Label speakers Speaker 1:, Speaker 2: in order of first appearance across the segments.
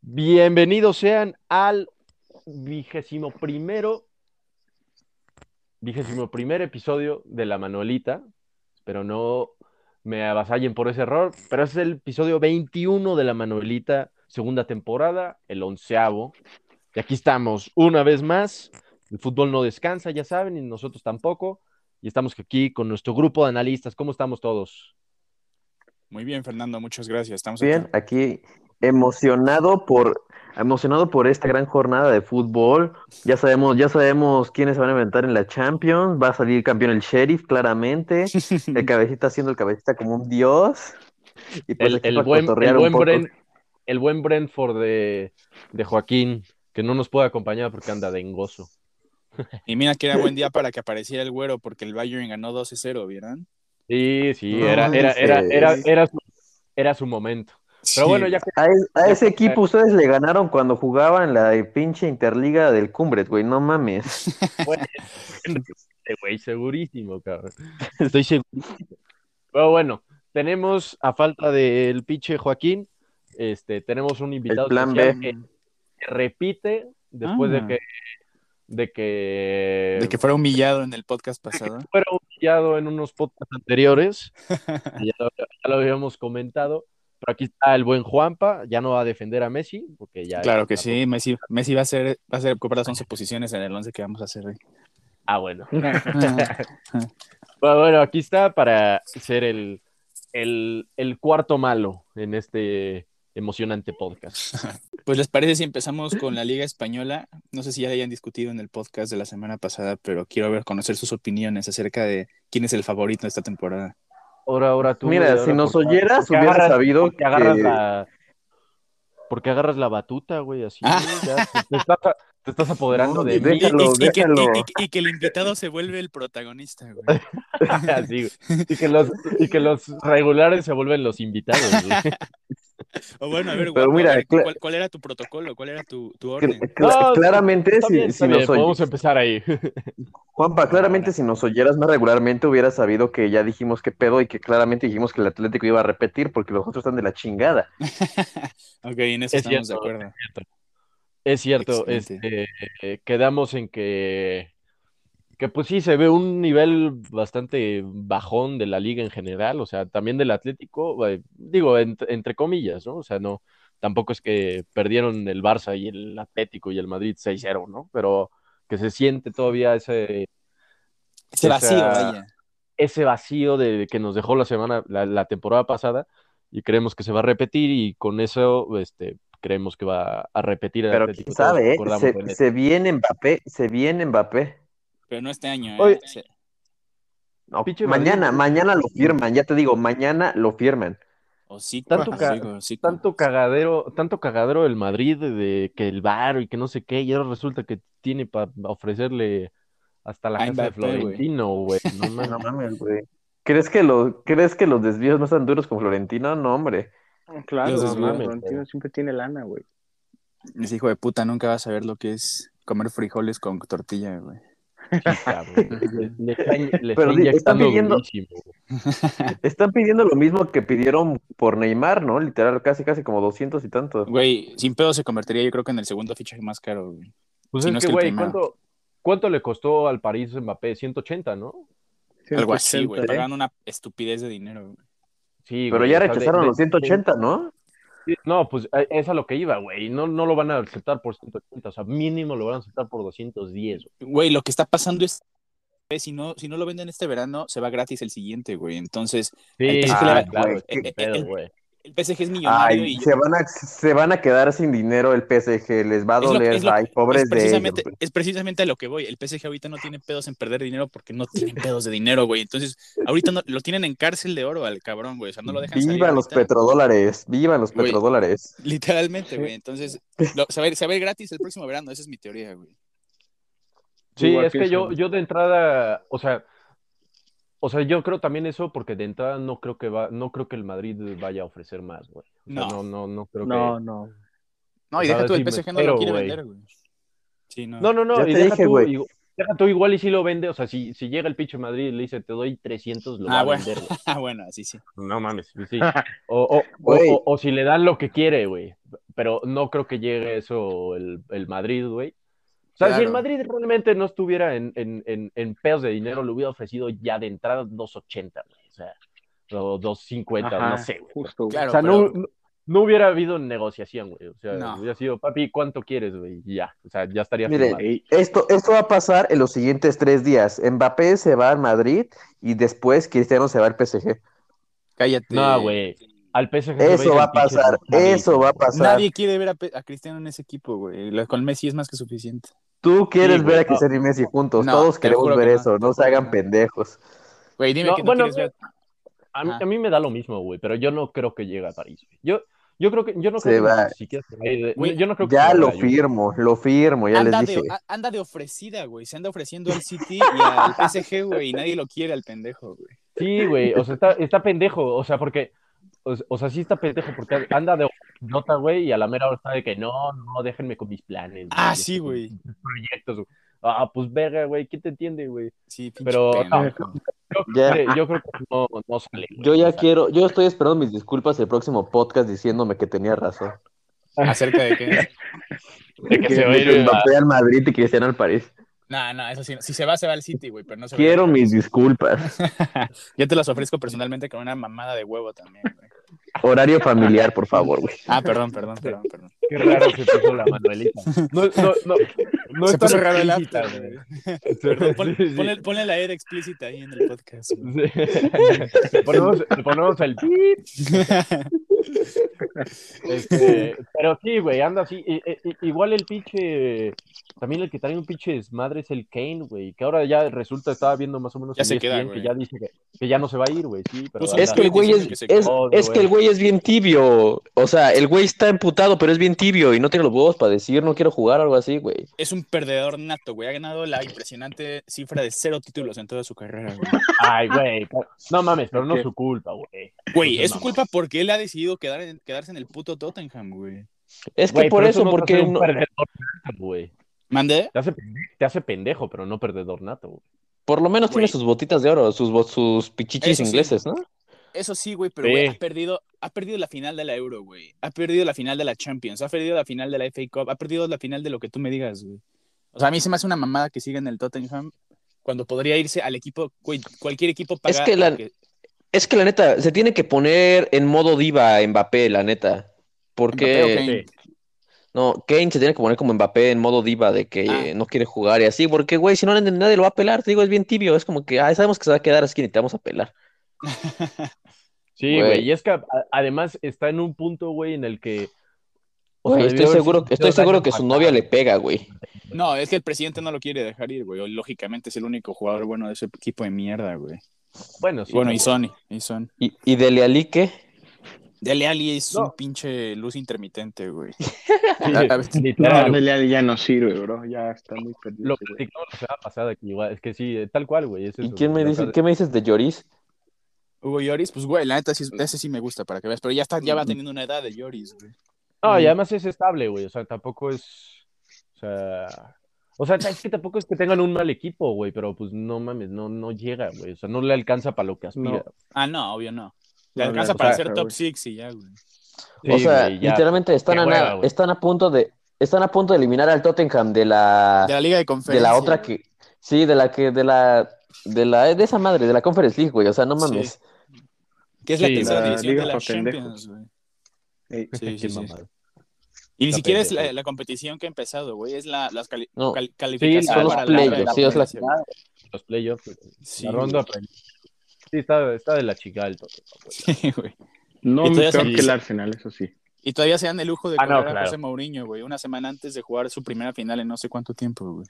Speaker 1: Bienvenidos sean al vigésimo primero, vigésimo primer episodio de La Manuelita. Espero no me avasallen por ese error, pero es el episodio 21 de La Manuelita, segunda temporada, el onceavo. Y aquí estamos, una vez más. El fútbol no descansa, ya saben, y nosotros tampoco. Y estamos aquí con nuestro grupo de analistas. ¿Cómo estamos todos?
Speaker 2: Muy bien, Fernando, muchas gracias. Estamos
Speaker 3: Pues Bien, aquí emocionado por emocionado por esta gran jornada de fútbol. Ya sabemos, ya sabemos quiénes se van a inventar en la Champions. Va a salir campeón el Sheriff, claramente. El cabecita haciendo el cabecita como un dios. Y pues
Speaker 1: El,
Speaker 3: aquí
Speaker 1: el
Speaker 3: para
Speaker 1: buen,
Speaker 3: cotorrear
Speaker 1: el
Speaker 3: un
Speaker 1: buen
Speaker 3: poco.
Speaker 1: Bren- el buen Brentford de, de Joaquín, que no nos puede acompañar porque anda de engozo.
Speaker 2: Y mira que era buen día para que apareciera el güero porque el Bayern ganó 12-0, ¿vieron?
Speaker 1: Sí, sí,
Speaker 3: No
Speaker 1: era, era, era,
Speaker 3: manches.
Speaker 1: era, era su, era su momento. Pero bueno, ya que
Speaker 3: A, es- a ese equipo
Speaker 1: eh.
Speaker 3: ustedes le ganaron cuando jugaban la pinche Interliga del Cumbres, güey. No mames.
Speaker 1: Este güey, segurísimo, cabrón. Estoy segurísimo. Pero bueno, tenemos, a falta del pinche Joaquín, este, tenemos un invitado
Speaker 3: plan
Speaker 1: especial
Speaker 2: B.
Speaker 1: que- que repite después
Speaker 2: Ah.
Speaker 1: de que de que, eh,
Speaker 2: De que fuera humillado en el podcast pasado.
Speaker 1: fuera humillado en unos podcasts anteriores. ya, lo, ya lo habíamos comentado. Pero aquí está el buen Juanpa, ya no va a defender a Messi, porque ya pues.
Speaker 2: Claro que sí, Messi, Messi va a ser, va a ser ocupar las 11 posiciones en el 11 que vamos a hacer hoy.
Speaker 1: Ah, bueno. Bueno, bueno, aquí está para ser el, el- el cuarto malo en este emocionante podcast.
Speaker 2: Pues les parece si empezamos con la Liga Española. No sé si ya la hayan discutido en el podcast de la semana pasada, pero quiero ver conocer sus opiniones acerca de quién es el favorito de esta temporada.
Speaker 1: Ahora, ahora tú.
Speaker 3: Mira,
Speaker 1: ahora
Speaker 3: si nos
Speaker 1: porque-
Speaker 3: oyeras,
Speaker 1: porque
Speaker 3: hubieras
Speaker 1: agarras-
Speaker 3: sabido
Speaker 1: porque agarras
Speaker 3: que-
Speaker 1: la. Porque agarras la batuta, güey, así.
Speaker 2: Ah.
Speaker 1: ya, te, te estás, te estás apoderando
Speaker 3: No,
Speaker 1: de mí.
Speaker 2: y,
Speaker 3: déjalo,
Speaker 2: y- y que,
Speaker 3: déjalo.
Speaker 2: y- y- y que el invitado se vuelve el protagonista, güey.
Speaker 1: Así, güey. y, que los, y que los regulares se vuelven los invitados. güey.
Speaker 2: O bueno, a ver, guapo,
Speaker 3: Pero
Speaker 2: a
Speaker 3: mira,
Speaker 2: ver,
Speaker 3: cla-
Speaker 2: ¿cuál, cuál era tu protocolo? ¿Cuál era tu, tu orden?
Speaker 3: Cl- cl-
Speaker 1: No,
Speaker 3: claramente,
Speaker 1: Está
Speaker 3: si,
Speaker 1: bien,
Speaker 3: si
Speaker 1: está
Speaker 3: nos
Speaker 1: bien,
Speaker 3: oyes-
Speaker 1: podemos empezar ahí.
Speaker 3: Juanpa, claramente si nos oyeras más regularmente hubieras sabido que ya dijimos qué pedo y que claramente dijimos que el Atlético iba a repetir porque los otros están de la chingada.
Speaker 2: Ok, en eso
Speaker 1: Es
Speaker 2: estamos de
Speaker 1: cierto.
Speaker 2: acuerdo.
Speaker 1: Es cierto,
Speaker 2: Excelente.
Speaker 1: este, eh, quedamos en que, que pues sí, se ve un nivel bastante bajón de la liga en general, o sea, también del Atlético, eh, digo, ent- entre comillas, ¿no? O sea, no, tampoco es que perdieron el Barça y el Atlético y el Madrid 6-0, ¿no? Pero que se siente todavía ese,
Speaker 2: Ese
Speaker 1: O
Speaker 2: vacío,
Speaker 1: sea,
Speaker 2: vaya.
Speaker 1: ese vacío de, que nos dejó la semana, la, la temporada pasada, y creemos que se va a repetir, y con eso, este, creemos que va a repetir el
Speaker 3: Pero
Speaker 1: Atlético,
Speaker 3: quién
Speaker 1: todos
Speaker 3: sabe, ¿eh?
Speaker 1: concordamos en
Speaker 3: se,
Speaker 1: eso.
Speaker 3: se viene Mbappé, se viene Mbappé.
Speaker 2: Pero no este año, ¿eh?
Speaker 1: Oye.
Speaker 2: Se-
Speaker 3: No,
Speaker 1: Pinche
Speaker 3: mañana,
Speaker 1: Madrid.
Speaker 3: mañana lo firman, ya te digo, mañana lo firman.
Speaker 2: O sí,
Speaker 1: Tanto
Speaker 2: pues,
Speaker 1: ca-
Speaker 2: digo, sí,
Speaker 1: tanto cagadero, tanto cagadero del Madrid de, de que el bar y que no sé qué, y ahora resulta que tiene para ofrecerle hasta la
Speaker 2: A
Speaker 1: casa de
Speaker 2: Mbappé, güey.
Speaker 1: Florentino, güey. No mames.
Speaker 3: No mames, güey. ¿Crees que, los, ¿Crees que los desvíos no están duros con Florentino? No, hombre.
Speaker 4: Claro,
Speaker 2: Dios,
Speaker 4: güey,
Speaker 1: mames,
Speaker 4: Florentino
Speaker 1: güey.
Speaker 4: siempre tiene lana, güey.
Speaker 2: Ese hijo de puta nunca va a saber lo que es comer frijoles con tortilla, güey.
Speaker 1: Cabrón. Le, le está, in- le está
Speaker 3: Pero di- está
Speaker 1: inyectando
Speaker 3: pidiendo-
Speaker 1: durísimo, güey.
Speaker 3: Están pidiendo lo mismo que pidieron por Neymar, ¿no? Literal, casi, casi como 200 y tanto.
Speaker 2: Güey, sin pedo se convertiría yo creo que en el segundo fichaje más caro, güey.
Speaker 1: Pues
Speaker 2: Si
Speaker 1: es
Speaker 2: no es
Speaker 1: que,
Speaker 2: que el
Speaker 1: güey,
Speaker 2: primero.
Speaker 1: ¿cuánto, ¿cuánto le costó al París Mbappé? 180, ¿no?
Speaker 2: Algo así, güey.
Speaker 4: 180, ¿eh?
Speaker 2: Pagaban una estupidez de dinero, güey.
Speaker 1: Sí,
Speaker 3: Pero
Speaker 1: güey,
Speaker 3: ya
Speaker 1: o sea, de-
Speaker 3: rechazaron
Speaker 1: de-
Speaker 3: los 180, ¿no?
Speaker 1: de- no, pues a- es a lo que iba, güey. No, no lo van a aceptar por 180, o sea, mínimo lo van a aceptar por 210, güey.
Speaker 2: Güey, lo que está pasando es... eh, Si no, si no lo venden este verano, se va gratis el siguiente, güey. Entonces, El
Speaker 1: Sí,
Speaker 2: PSG
Speaker 1: ah,
Speaker 2: le va-
Speaker 1: claro,
Speaker 3: güey,
Speaker 1: qué
Speaker 2: qué-
Speaker 1: pedo,
Speaker 2: el-
Speaker 1: güey.
Speaker 2: el PSG es millonario
Speaker 3: Ay,
Speaker 2: y...
Speaker 3: se van, a, se van a quedar sin dinero el PSG, les va a
Speaker 2: Es lo-
Speaker 3: doler,
Speaker 2: es lo-
Speaker 3: ay, pobres
Speaker 2: es precisamente, es precisamente a lo que voy. El PSG ahorita no tiene pedos en perder dinero porque no tienen pedos de dinero, güey. Entonces, ahorita no- lo tienen en cárcel de oro al cabrón, güey. O sea, no lo
Speaker 3: de ellos.
Speaker 2: dejan salir.
Speaker 3: Vivan los
Speaker 2: ahorita.
Speaker 3: petrodólares, vivan los
Speaker 2: Güey.
Speaker 3: petrodólares.
Speaker 2: Literalmente, güey. Entonces, lo- se, va a ir, se va a ir gratis el próximo verano. Esa es mi teoría, güey.
Speaker 1: Sí,
Speaker 4: Igual
Speaker 1: es que yo,
Speaker 4: eso.
Speaker 1: yo de entrada, o sea, o sea, yo creo también eso porque de entrada no creo que va, no creo que el Madrid vaya a ofrecer más, güey. O sea,
Speaker 2: No.
Speaker 1: no, no, no creo
Speaker 4: No, no.
Speaker 2: No,
Speaker 1: Pues, a
Speaker 2: y deja
Speaker 1: ver
Speaker 2: tú,
Speaker 1: si
Speaker 2: el
Speaker 1: me
Speaker 2: PSG no
Speaker 1: espero,
Speaker 2: lo quiere
Speaker 1: güey.
Speaker 2: vender, güey. Sí, no.
Speaker 1: que. No, no, no,
Speaker 3: Ya
Speaker 1: y
Speaker 3: te
Speaker 1: deja
Speaker 3: dije,
Speaker 1: tú,
Speaker 3: güey.
Speaker 1: y- Deja tú igual y si lo vende, o sea, si, si llega el pinche Madrid y le dice, te doy 300, lo
Speaker 2: Ah,
Speaker 1: va
Speaker 2: bueno.
Speaker 1: a vender, güey.
Speaker 2: Ah, bueno, así sí.
Speaker 1: No mames, sí. O, o- o-
Speaker 3: Güey.
Speaker 1: o- o si le dan lo que quiere, güey. Pero no creo que llegue eso el, el Madrid, güey. O sea, si
Speaker 2: Claro.
Speaker 1: el Madrid realmente no estuviera en, en, en, en pedos de dinero, le hubiera ofrecido ya de entrada 2.80, güey. O sea, o 2.50,
Speaker 3: Ajá.
Speaker 1: no sé, güey.
Speaker 4: Justo, güey.
Speaker 2: Claro,
Speaker 1: o sea, no,
Speaker 2: pero-
Speaker 1: no- no hubiera habido negociación, güey. O sea,
Speaker 2: No.
Speaker 1: hubiera sido, papi, ¿cuánto quieres, güey? Y Ya, o sea, ya estaría
Speaker 3: Mire, eh,
Speaker 1: firmado.
Speaker 4: Ey,
Speaker 3: Esto, esto va a pasar en los siguientes tres días. Mbappé se va al Madrid y después Cristiano se va al PSG.
Speaker 2: Cállate.
Speaker 1: No, güey. Al PSG se ir
Speaker 3: Eso va
Speaker 1: el
Speaker 3: a
Speaker 1: pinche
Speaker 3: pasar,
Speaker 1: Madrid,
Speaker 3: eso va a pasar.
Speaker 2: Nadie quiere ver a, Pe- a Cristiano en ese equipo, güey. La- Con Messi es más que suficiente.
Speaker 3: Tú quieres
Speaker 1: Sí, güey,
Speaker 3: ver a
Speaker 1: no.
Speaker 3: Cristiano y Messi juntos,
Speaker 2: No, te
Speaker 3: todos
Speaker 2: lo
Speaker 3: queremos
Speaker 2: juro
Speaker 3: ver
Speaker 2: que no,
Speaker 3: eso,
Speaker 2: te
Speaker 3: no
Speaker 2: lo
Speaker 3: se
Speaker 2: juro que
Speaker 3: hagan
Speaker 2: no.
Speaker 3: pendejos.
Speaker 2: Güey, dime
Speaker 1: No,
Speaker 2: que no
Speaker 1: bueno,
Speaker 2: quieres ver.
Speaker 1: A mí,
Speaker 2: Ajá.
Speaker 1: a mí me da lo mismo, güey, pero yo no creo que llegue a París. güey. Yo, yo creo que yo no
Speaker 3: Se
Speaker 1: creo que
Speaker 3: va.
Speaker 1: ni siquiera se vaya de-
Speaker 2: Güey,
Speaker 1: yo no creo que
Speaker 3: Ya
Speaker 1: se
Speaker 3: lo
Speaker 1: vaya, güey.
Speaker 3: firmo, lo firmo, ya les
Speaker 2: Anda
Speaker 3: dije.
Speaker 2: de, a- anda de ofrecida, güey. Se anda ofreciendo al City y al PSG, güey. Y nadie lo quiere al pendejo, güey.
Speaker 1: Sí, güey, o sea, está, está pendejo, o sea, porque o, o sea, sí está pendejo porque anda de nota, güey, y a la mera hora está de que no, no, déjenme con mis planes.
Speaker 2: Ah,
Speaker 1: yo
Speaker 2: sí,
Speaker 1: estoy con
Speaker 2: güey.
Speaker 1: mis Proyectos. güey. Ah, pues verga, güey, ¿quién te entiende, güey?
Speaker 2: Sí, pinche
Speaker 1: Pero, no.
Speaker 2: pendejo.
Speaker 1: Yo, creo
Speaker 3: Ya.
Speaker 1: que- yo creo que no, no sale. güey,
Speaker 3: Yo
Speaker 1: o
Speaker 3: ya
Speaker 1: sea,
Speaker 3: quiero, yo estoy esperando mis disculpas el próximo podcast diciéndome que tenía razón.
Speaker 2: ¿Acerca de qué?
Speaker 1: de que se va a ir a-
Speaker 3: Mbappé al Madrid y Cristiano al París.
Speaker 2: No, no, eso sí. no. Si se va, se va al City, güey, pero no se va.
Speaker 3: Quiero mis disculpas.
Speaker 2: Yo te las ofrezco personalmente con una mamada de huevo también, güey.
Speaker 3: Horario familiar, por favor, güey.
Speaker 2: Ah, perdón, perdón, perdón, perdón.
Speaker 1: Qué raro se puso la Manuelita. No, no, no. no
Speaker 2: se
Speaker 1: es tan
Speaker 2: puso raro el
Speaker 1: explícita,
Speaker 2: after,
Speaker 1: güey.
Speaker 2: güey. Perdón, pon- ponle, ponle la era explícita ahí en el podcast, güey.
Speaker 1: Le ponemos, le ponemos el pip. Este, pero sí, güey, anda así. I- i- i- igual el pinche. También el que trae un pinche desmadre es el Kane, güey. Que ahora ya resulta, estaba viendo más o menos.
Speaker 2: Ya
Speaker 1: en E
Speaker 2: se queda,
Speaker 1: ESPN,
Speaker 2: güey.
Speaker 1: que ya dice que, que ya no se va a ir, güey. Sí, pero.
Speaker 2: Puso
Speaker 1: anda-
Speaker 3: Pues Es que el güey es, es- es que el güey es bien tibio. O sea, el güey está emputado, pero es bien tibio y no tiene los huevos para decir no quiero jugar o algo así, güey.
Speaker 2: Es un perdedor nato, güey. Ha ganado la impresionante cifra de cero títulos en toda su carrera, güey.
Speaker 1: Ay, güey. No mames, pero no
Speaker 4: ¿Qué?
Speaker 1: es su culpa, güey.
Speaker 2: Güey,
Speaker 3: Pues
Speaker 1: Entonces,
Speaker 2: es su
Speaker 1: no.
Speaker 2: culpa porque él ha decidido quedar en- quedarse en el puto Tottenham, güey.
Speaker 3: Es que
Speaker 1: Güey,
Speaker 3: por
Speaker 1: pero
Speaker 3: eso,
Speaker 1: no te
Speaker 3: porque
Speaker 1: hace un
Speaker 3: no-
Speaker 1: perdedor nato, güey.
Speaker 2: ¿Mandé?
Speaker 1: Te hace, pende- te hace pendejo, pero no perdedor nato, güey.
Speaker 3: por lo menos tiene
Speaker 2: Güey.
Speaker 3: sus botitas de oro, sus, bo- sus pichichis
Speaker 2: Eso sí.
Speaker 3: ingleses, ¿no?
Speaker 2: Eso sí, güey, pero
Speaker 1: Sí.
Speaker 2: güey, ha perdido, ha perdido la final de la Euro, güey. Ha perdido la final de la Champions, ha perdido la final de la FA Cup, ha perdido la final de lo que tú me digas, güey. O sea, a mí se me hace una mamada que siga en el Tottenham cuando podría irse al equipo, güey, cualquier equipo paga.
Speaker 3: Es que la-
Speaker 2: lo
Speaker 3: Es que la neta, se tiene que poner en modo diva Mbappé, la neta. Porque
Speaker 2: Mbappé o Kane.
Speaker 1: Sí.
Speaker 3: no, Kane se tiene que poner como Mbappé en modo diva de que
Speaker 2: Ah.
Speaker 3: no quiere jugar y así, porque güey, si no nadie lo va a pelar, te digo, es bien tibio, es como que ah, sabemos que se va a quedar así que ni te vamos a pelar.
Speaker 1: Sí,
Speaker 3: Güey.
Speaker 1: güey, y es que a- además está en un punto, güey, en el que... o
Speaker 3: Güey,
Speaker 1: sea,
Speaker 3: estoy
Speaker 1: debió haber
Speaker 3: seguro,
Speaker 1: sido
Speaker 3: estoy seguro
Speaker 1: daño
Speaker 3: que su
Speaker 1: fatal,
Speaker 3: novia le
Speaker 1: güey.
Speaker 3: pega, güey.
Speaker 2: No, es que el presidente no lo quiere dejar ir, güey. Lógicamente es el único jugador bueno de ese equipo de mierda, güey.
Speaker 1: Bueno, sí.
Speaker 2: bueno, y
Speaker 1: güey.
Speaker 2: Sony, y Son.
Speaker 3: Y, y Dele Alli, ¿qué?
Speaker 2: Dele Alli es
Speaker 1: No.
Speaker 2: un pinche luz intermitente, güey.
Speaker 1: Sí,
Speaker 2: a ver,
Speaker 1: literal,
Speaker 4: Dele Alli ya no sirve, bro. Ya está muy perdido.
Speaker 1: lo
Speaker 4: ese güey.
Speaker 1: platicamos la semana pasada, que igual, es que sí, eh, tal cual, güey. es
Speaker 3: ¿Y
Speaker 1: eso,
Speaker 3: quién me
Speaker 1: güey, lo
Speaker 3: dice,
Speaker 1: acabas
Speaker 3: qué me dices de Lloris?
Speaker 2: Hugo Lloris, pues güey, la neta sí, ese sí me gusta para que veas, pero ya está, ya va teniendo una edad de Lloris, güey.
Speaker 1: de- No, y además es estable, güey, o sea, tampoco es... O sea... O sea, es que tampoco es que tengan un mal equipo, güey, pero pues no mames, no, no llega, güey. O sea, no le alcanza para lo que aspira.
Speaker 2: Ah, no, obvio no. Le
Speaker 4: No,
Speaker 2: alcanza
Speaker 4: no,
Speaker 2: para
Speaker 4: o sea,
Speaker 2: ser
Speaker 4: güey.
Speaker 2: top 6 y ya, güey.
Speaker 1: Sí,
Speaker 3: o sea,
Speaker 1: güey, ya.
Speaker 3: literalmente están
Speaker 1: Qué
Speaker 3: a
Speaker 1: hueva,
Speaker 3: nada-
Speaker 1: güey.
Speaker 3: están a punto de, están a punto de eliminar al Tottenham de la,
Speaker 2: De la Liga de
Speaker 3: Ah, de
Speaker 2: Conferencia.
Speaker 3: la otra que, sí, de la que, de la, de la, de esa madre, de la Conference League, güey, o sea, no mames.
Speaker 2: Que es la
Speaker 1: Sí,
Speaker 2: tercera
Speaker 4: la
Speaker 2: división
Speaker 4: Liga
Speaker 2: de la
Speaker 4: pa' pendejos.
Speaker 2: Champions, güey.
Speaker 4: Ey,
Speaker 2: Sí,
Speaker 1: Qué
Speaker 2: sí, sí.
Speaker 1: mamada.
Speaker 2: Y ni
Speaker 1: Está
Speaker 2: siquiera es
Speaker 1: pendejo.
Speaker 2: la, la competición que ha empezado, güey. Es la las cali-
Speaker 3: No.
Speaker 2: cal-
Speaker 1: Sí,
Speaker 2: calificación
Speaker 1: son los
Speaker 2: para la Liga de
Speaker 1: playoffs,
Speaker 3: sí, es la-
Speaker 2: Conferencia, güey.
Speaker 1: Los playoffs, güey.
Speaker 2: Sí,
Speaker 1: la ronda... Sí, está, está de la chica el Tottenham, güey.
Speaker 2: Sí, güey.
Speaker 4: No,
Speaker 2: Y todavía
Speaker 4: peor
Speaker 2: se-
Speaker 4: que el Arsenal, eso sí.
Speaker 2: Y todavía se dan el lujo de
Speaker 1: Ah,
Speaker 2: correr
Speaker 1: no,
Speaker 2: a
Speaker 1: claro.
Speaker 2: José Mourinho, güey. Una semana antes de jugar su primera final en no sé cuánto tiempo, güey.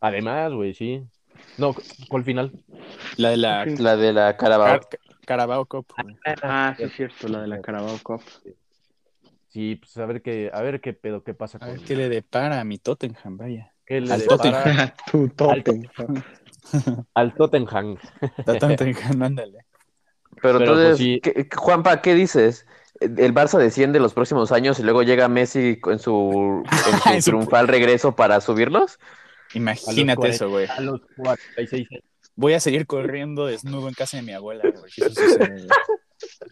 Speaker 1: Además, güey, sí. No, ¿cuál final?
Speaker 2: La de la
Speaker 4: Sí.
Speaker 3: La de la Carabao.
Speaker 2: Car- Carabao Cup, güey.
Speaker 4: Ah, sí, es cierto, la de la Carabao Cup.
Speaker 1: Sí, pues a ver qué, a ver qué pedo, qué pasa
Speaker 2: A
Speaker 1: con
Speaker 2: ver qué le depara a mi Tottenham, vaya.
Speaker 1: qué le
Speaker 2: al
Speaker 1: depara
Speaker 4: tu tope.
Speaker 1: al Tottenham.
Speaker 2: A Tottenham, ándale.
Speaker 3: Pero
Speaker 1: Pero,
Speaker 3: entonces,
Speaker 1: pues, sí.
Speaker 3: ¿qué- qué- Juanpa, ¿qué dices? El Barça desciende los próximos años y luego llega Messi en su, en su
Speaker 2: En su-
Speaker 3: triunfal regreso para subirlos.
Speaker 2: Imagínate
Speaker 1: cuarenta.
Speaker 2: eso, güey.
Speaker 1: A los 46 años.
Speaker 2: Voy a seguir corriendo desnudo en casa de mi abuela, güey. si eso sucede, güey.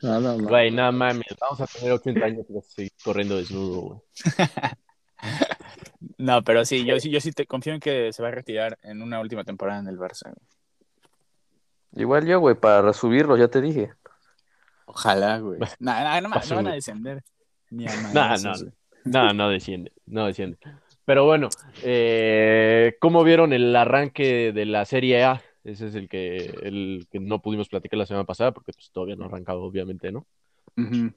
Speaker 4: Nada más.
Speaker 1: Güey, no mames, vamos a tener 80 años y vas a seguir corriendo desnudo, güey.
Speaker 2: No, pero sí, yo, sí- yo sí te confío en que se va a retirar en una última temporada en el Barça. güey.
Speaker 3: Igual yo, güey, para subirlo, ya te dije.
Speaker 2: Ojalá, güey. No, no, no,
Speaker 1: Va a
Speaker 2: ma- no van a
Speaker 1: subir.
Speaker 2: descender. Ni a
Speaker 1: No,
Speaker 2: madrazos,
Speaker 1: no,
Speaker 2: güey.
Speaker 1: No, no desciende, no desciende. Pero bueno, eh, ¿cómo vieron el arranque de la Serie A? Ese es el que, el que no pudimos platicar la semana pasada porque pues, todavía no ha arrancado, obviamente, ¿no?
Speaker 2: Ujú.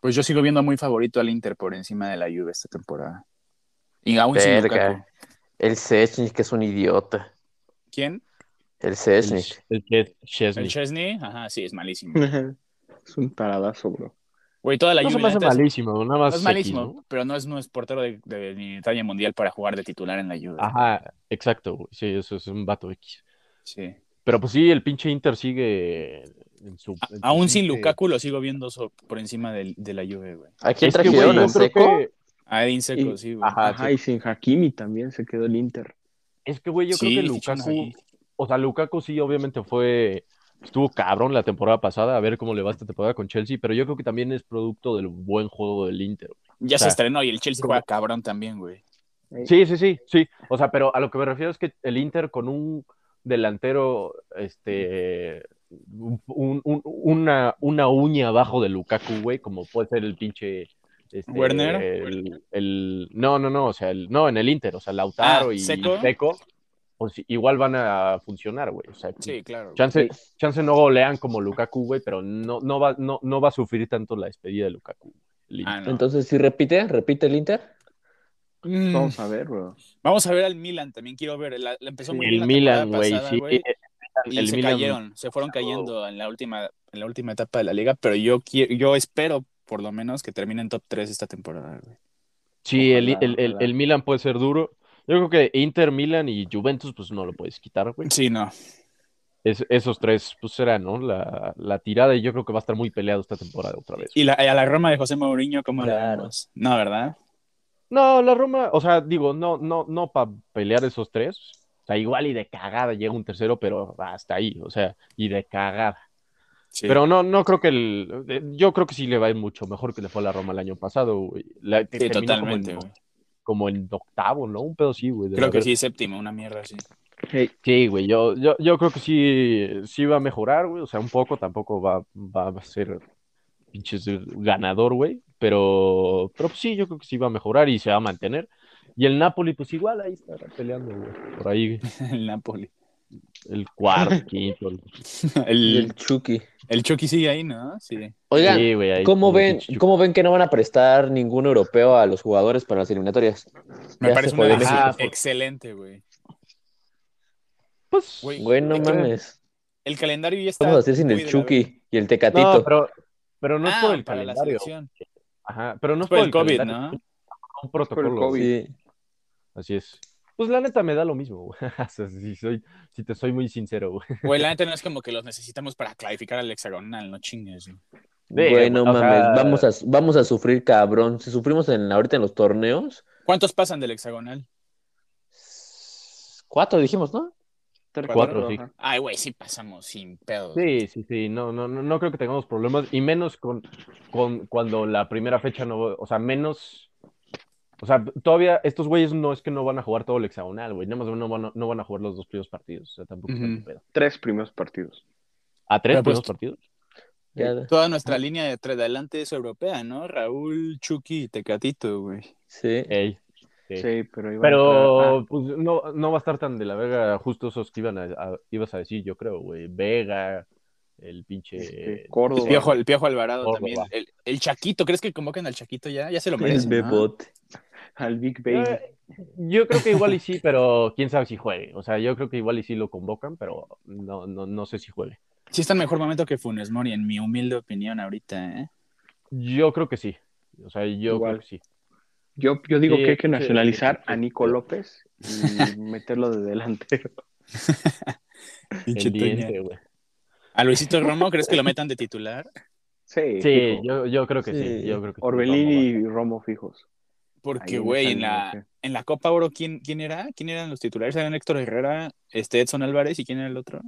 Speaker 2: Pues yo sigo viendo muy favorito al Inter por encima de la Juve esta temporada. Y aún sin
Speaker 3: Verga.
Speaker 2: Lukaku.
Speaker 3: El Sechnik, que es un idiota.
Speaker 2: ¿Quién?
Speaker 3: El
Speaker 1: El,
Speaker 3: Sechnik.
Speaker 1: el Ches-
Speaker 2: ¿El
Speaker 1: Chesney.
Speaker 2: Chesney? Ajá, sí, es malísimo.
Speaker 4: es un taradazo, bro.
Speaker 2: Güey, toda la
Speaker 1: No se
Speaker 2: Juve
Speaker 1: me hace
Speaker 2: neta, es-
Speaker 1: malísimo, nada
Speaker 2: no
Speaker 1: más
Speaker 2: es
Speaker 1: X,
Speaker 2: malísimo,
Speaker 1: ¿no?
Speaker 2: pero no es, no es portero de, de- ni talla mundial para jugar de titular en la Juve.
Speaker 1: Ajá, exacto, güey. Sí, eso es un vato X.
Speaker 2: Sí.
Speaker 1: Pero pues sí, el pinche Inter sigue en su.
Speaker 2: A-
Speaker 1: en su
Speaker 2: aún sin
Speaker 1: pinche-
Speaker 2: Lukaku lo sigo viendo so- por encima del- de, la Juve, güey.
Speaker 3: ¿A quién
Speaker 1: Es que, güey,
Speaker 3: trajeron?
Speaker 1: yo
Speaker 3: ¿A
Speaker 1: creo
Speaker 3: Seco?
Speaker 1: que-
Speaker 2: A Edin Dzeko,
Speaker 4: Y-
Speaker 2: Ah, sí, güey.
Speaker 1: Ajá,
Speaker 4: Ajá, y sin Hakimi también se quedó el Inter.
Speaker 1: Es que, güey, yo
Speaker 2: Sí,
Speaker 1: creo que
Speaker 2: fichones
Speaker 1: Lukaku,
Speaker 2: ahí.
Speaker 1: o sea, Lukaku sí, obviamente fue, estuvo cabrón la temporada pasada, a ver cómo le va esta temporada con Chelsea, pero yo creo que también es producto del buen juego del Inter.
Speaker 2: Ya
Speaker 1: O sea,
Speaker 2: se estrenó y el Chelsea
Speaker 4: como-
Speaker 2: juega cabrón también, güey.
Speaker 1: Sí, sí, sí, sí. O sea, pero a lo que me refiero es que el Inter con un delantero, este, un- un- una, una uña abajo de Lukaku, güey, como puede ser el pinche... este,
Speaker 2: Werner.
Speaker 1: El, el- no, no, no, o sea, el- no, en el Inter, o sea, Lautaro
Speaker 2: Ah,
Speaker 1: y
Speaker 2: Seco.
Speaker 1: Seco, pues igual van a funcionar, güey. O sea,
Speaker 2: Sí, claro. güey.
Speaker 1: Chance, chance no golean como Lukaku, güey, pero no, no, va, no, no va a sufrir tanto la despedida de Lukaku. güey.
Speaker 2: Ah, no.
Speaker 3: Entonces, si repite, repite el Inter.
Speaker 2: Mm.
Speaker 4: Vamos a ver, bro.
Speaker 2: Vamos a ver al Milan, también quiero ver. La, la empezó muy bien
Speaker 1: El
Speaker 2: la
Speaker 1: Milan,
Speaker 2: temporada
Speaker 1: güey,
Speaker 2: pasada,
Speaker 1: sí. eh,
Speaker 2: güey, y
Speaker 1: El
Speaker 2: se
Speaker 1: Milan-
Speaker 2: cayeron, se fueron cayendo en la última, en la última etapa de la liga, pero yo quiero, yo espero por lo menos que terminen top 3 esta temporada, güey.
Speaker 1: Sí, el,
Speaker 4: Ojalá,
Speaker 1: el- el-
Speaker 4: ojalá.
Speaker 1: el Milan puede ser duro. Yo creo que Inter, Milan y Juventus, pues no lo puedes quitar, güey.
Speaker 2: Sí, no.
Speaker 1: Es- esos tres, pues será, ¿no? La, la tirada y yo creo que va a estar muy peleado esta temporada otra vez.
Speaker 2: Y la- a la Roma de José Mourinho, ¿cómo la
Speaker 3: Claro.
Speaker 2: vemos? No, ¿verdad?
Speaker 1: No, la Roma, o sea, digo, no, no, no para pelear esos tres. O sea, igual y de cagada llega un tercero, pero hasta ahí, o sea, y de cagada.
Speaker 2: Sí.
Speaker 1: Pero no, no creo que el. eh, Yo creo que sí le va a ir mucho mejor que le fue a la Roma el año pasado, güey. La- que
Speaker 2: sí,
Speaker 1: terminó
Speaker 2: totalmente,
Speaker 1: Como en,
Speaker 2: güey.
Speaker 1: como en octavo, ¿no? Un pedo sí, güey. de
Speaker 2: Creo
Speaker 1: la
Speaker 2: que
Speaker 1: verga.
Speaker 2: sí, séptimo, una mierda así.
Speaker 4: Hey,
Speaker 1: Sí, güey. Yo, yo, yo creo que sí, sí va a mejorar, güey. O sea, un poco tampoco va, va a ser pinches ganador, güey. Pero, pero pues sí, yo creo que sí va a mejorar y se va a mantener. Y el Napoli, pues igual ahí está peleando, güey. Por ahí,
Speaker 2: El Napoli.
Speaker 1: el cuarto, quinto. el-
Speaker 3: Y
Speaker 2: El,
Speaker 3: el Chucky.
Speaker 2: el Chucky sigue ahí, ¿no? Sí.
Speaker 3: Oigan,
Speaker 1: Sí, güey, ahí
Speaker 3: ¿cómo,
Speaker 1: como
Speaker 3: ven,
Speaker 1: pinche chu-
Speaker 3: ¿cómo ven que no van a prestar ningún europeo a los jugadores para las eliminatorias?
Speaker 2: Me
Speaker 3: Ya
Speaker 2: parece
Speaker 3: se
Speaker 2: una
Speaker 3: fue
Speaker 2: decisión
Speaker 1: Messi. Ah, por-
Speaker 2: excelente, güey.
Speaker 1: Pues,
Speaker 2: Güey,
Speaker 3: Güey, no
Speaker 2: Eh,
Speaker 3: mames.
Speaker 2: El calendario ya está.
Speaker 3: Vamos a hacer sin
Speaker 2: muy
Speaker 3: el
Speaker 2: de la verga.
Speaker 3: Chucky y el Tecatito.
Speaker 1: no, pero, pero no es
Speaker 2: Ah,
Speaker 1: por el
Speaker 2: para la
Speaker 1: calendario.
Speaker 2: selección.
Speaker 1: Ajá, pero no es
Speaker 2: Por el COVID,
Speaker 1: calendario,
Speaker 2: ¿no?
Speaker 1: es un protocolo.
Speaker 4: Por el COVID.
Speaker 3: Sí.
Speaker 1: Así es. Pues la neta me da lo mismo, güey. O sea, si, soy, si te soy muy sincero, güey.
Speaker 2: Güey, la neta no es como que los necesitamos para clasificar al hexagonal, no chingues. güey.
Speaker 3: Güey, no
Speaker 1: o sea,
Speaker 3: mames. Vamos, a, vamos a sufrir, cabrón. Si sufrimos en, ahorita en los torneos,
Speaker 2: ¿Cuántos pasan del hexagonal?
Speaker 3: cuatro dijimos, ¿no?
Speaker 1: Cuatro, sí.
Speaker 4: ajá.
Speaker 2: Ay, güey, sí pasamos sin pedos.
Speaker 1: Sí, sí, sí. No, no, no, no creo que tengamos problemas. Y menos con, con cuando la primera fecha no. O sea, menos. O sea, todavía estos güeyes no es que no van a jugar todo el hexagonal, güey. Nada más no van a, no van a jugar los dos primeros partidos. O sea, tampoco es
Speaker 2: Ujú.
Speaker 1: tanto pedo.
Speaker 4: Tres primeros partidos.
Speaker 1: ¿A tres
Speaker 2: Pero, pues,
Speaker 1: primeros partidos?
Speaker 3: Ya-
Speaker 2: Toda nuestra línea de tres de adelante es europea, ¿no? Raúl, Chucky y Tecatito, güey.
Speaker 3: Sí.
Speaker 1: Ey. Sí.
Speaker 4: Sí, pero iba a
Speaker 1: Pero
Speaker 2: ah.
Speaker 4: entrar- ah,
Speaker 1: pues, no, no va a estar tan de la verga justo esos que iban a, a- ibas a decir, yo creo, güey. Vega, el
Speaker 4: ah,
Speaker 1: pinche. eh,
Speaker 4: este,
Speaker 2: El
Speaker 4: Córdoba.
Speaker 2: Piojo, el Piojo Alvarado
Speaker 1: Córdoba.
Speaker 2: también. El, el Chaquito, ¿crees que convocan al Chaquito ya? Ya se lo
Speaker 3: El
Speaker 2: merece, ¿no?
Speaker 3: bebote.
Speaker 4: Al Big Baby.
Speaker 1: Eh, Yo creo que igual y sí, pero quién sabe si juegue. O sea, yo creo que igual y sí lo convocan, pero no, no, no sé si juegue.
Speaker 2: Sí está en mejor momento que Funes Mori, en mi humilde opinión ahorita, ¿eh?
Speaker 1: Yo creo que sí. O sea, yo
Speaker 4: Igual.
Speaker 1: creo que sí.
Speaker 4: Yo, yo digo
Speaker 1: Sí,
Speaker 4: que hay que
Speaker 1: sí,
Speaker 4: nacionalizar
Speaker 1: sí, sí,
Speaker 4: a
Speaker 1: sí.
Speaker 4: Nico López y meterlo de delantero.
Speaker 1: El
Speaker 2: Pinche
Speaker 1: diente,
Speaker 2: Toño.
Speaker 1: güey.
Speaker 2: A Luisito Romo, ¿crees que lo metan de titular?
Speaker 4: Sí,
Speaker 1: Sí,
Speaker 4: fijo.
Speaker 1: yo, yo creo que sí.
Speaker 3: Sí.
Speaker 1: yo creo que sí,
Speaker 4: Orbelín
Speaker 1: vamos,
Speaker 4: y Romo fijos.
Speaker 2: Porque,
Speaker 4: Ahí
Speaker 2: güey,
Speaker 4: está
Speaker 2: en
Speaker 4: el
Speaker 2: la,
Speaker 4: negocio.
Speaker 2: en la Copa Oro, ¿quién, ¿quién era? ¿Quién eran los titulares? Eran Héctor Herrera, este Edson Álvarez y quién era el otro?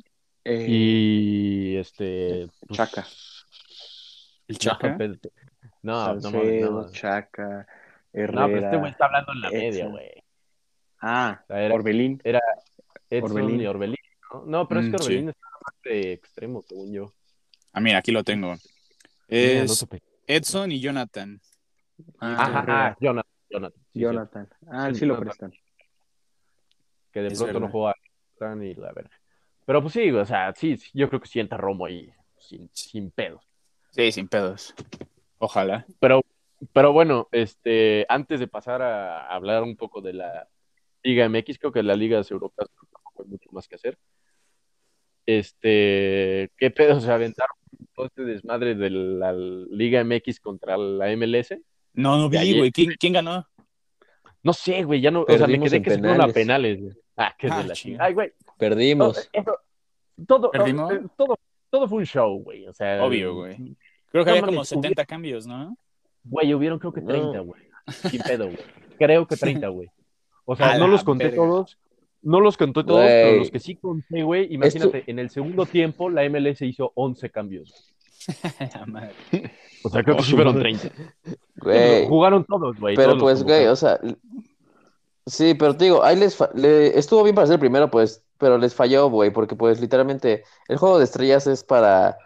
Speaker 4: Eh,
Speaker 1: Y este. pues,
Speaker 4: Chaca.
Speaker 2: El
Speaker 1: No,
Speaker 2: Chaca.
Speaker 1: espérate. no, no, mames,
Speaker 4: Salcedo,
Speaker 1: no.
Speaker 4: Chaca,
Speaker 1: No, pero
Speaker 4: Herrera.
Speaker 1: este güey está hablando en la
Speaker 4: Edson.
Speaker 1: media, güey.
Speaker 4: Ah,
Speaker 1: O sea, era
Speaker 4: Orbelín.
Speaker 1: Edson
Speaker 4: Orbelín.
Speaker 1: y Orbelín. ¿no? No, pero es
Speaker 2: Mm,
Speaker 1: que
Speaker 2: sí.
Speaker 1: Orbelín está en la parte extremo, según yo.
Speaker 2: Ah, mira, aquí lo tengo.
Speaker 1: Mira, el
Speaker 2: Es
Speaker 1: otro pe-
Speaker 2: Edson y Jonathan.
Speaker 4: Ah,
Speaker 1: Ajá,
Speaker 4: Herrera,
Speaker 1: ah, Jonathan. Jonathan, sí, cierto,
Speaker 4: Jonathan. Ah, él sí lo prestan.
Speaker 1: que de
Speaker 2: Es
Speaker 1: pronto no
Speaker 2: verdad.
Speaker 1: juega tan y la verga. Pero pues sí, o sea, sí, sí, yo creo que sienta Romo ahí, sin, sin pedos.
Speaker 2: Sí, sin pedos. Ojalá.
Speaker 1: Pero, pero bueno, este, antes de pasar a hablar un poco de la Liga MX, creo que las ligas europeas tampoco hay mucho más que hacer. Este, ¿qué pedos se aventaron todo este desmadre de la Liga MX contra la MLS?
Speaker 2: No, no
Speaker 1: De
Speaker 2: vi,
Speaker 1: ayer.
Speaker 2: güey. ¿Quién, quién ganó?
Speaker 1: No sé, güey, ya no, o sea, me
Speaker 3: Perdimos
Speaker 1: quedé
Speaker 3: en
Speaker 1: que se fueron a
Speaker 3: penales.
Speaker 1: penales. güey. Ah, que de
Speaker 2: Ah,
Speaker 1: la
Speaker 2: chinga.
Speaker 1: chingada. Ay, güey, no,
Speaker 3: Perdimos.
Speaker 1: eso- todo,
Speaker 2: ¿Perdimos?
Speaker 1: eh, todo, todo fue un show, güey, o sea.
Speaker 2: Obvio, güey. Creo
Speaker 1: No
Speaker 2: que había
Speaker 1: mames,
Speaker 2: como
Speaker 1: hubiera-
Speaker 2: 70 cambios, ¿no?
Speaker 1: Güey, hubieron creo que
Speaker 3: No.
Speaker 1: 30, güey. Sin pedo, güey. Creo que 30, güey. O
Speaker 2: A
Speaker 1: sea, no
Speaker 2: la
Speaker 1: los conté
Speaker 2: verga.
Speaker 1: todos, no los conté todos, pero
Speaker 3: Güey.
Speaker 1: los que sí conté, güey, imagínate, en el segundo tiempo la MLS hizo 11 cambios.
Speaker 2: La madre.
Speaker 1: O sea, creo que sí fueron 30.
Speaker 3: Güey.
Speaker 1: Jugaron todos, güey.
Speaker 3: Pero
Speaker 1: todos los
Speaker 3: pues, güey, o
Speaker 1: convocados.
Speaker 3: sea. l- Sí, pero te digo, ahí les fa- le- estuvo bien para ser primero, pues, pero les falló, güey, porque pues literalmente el juego de estrellas es para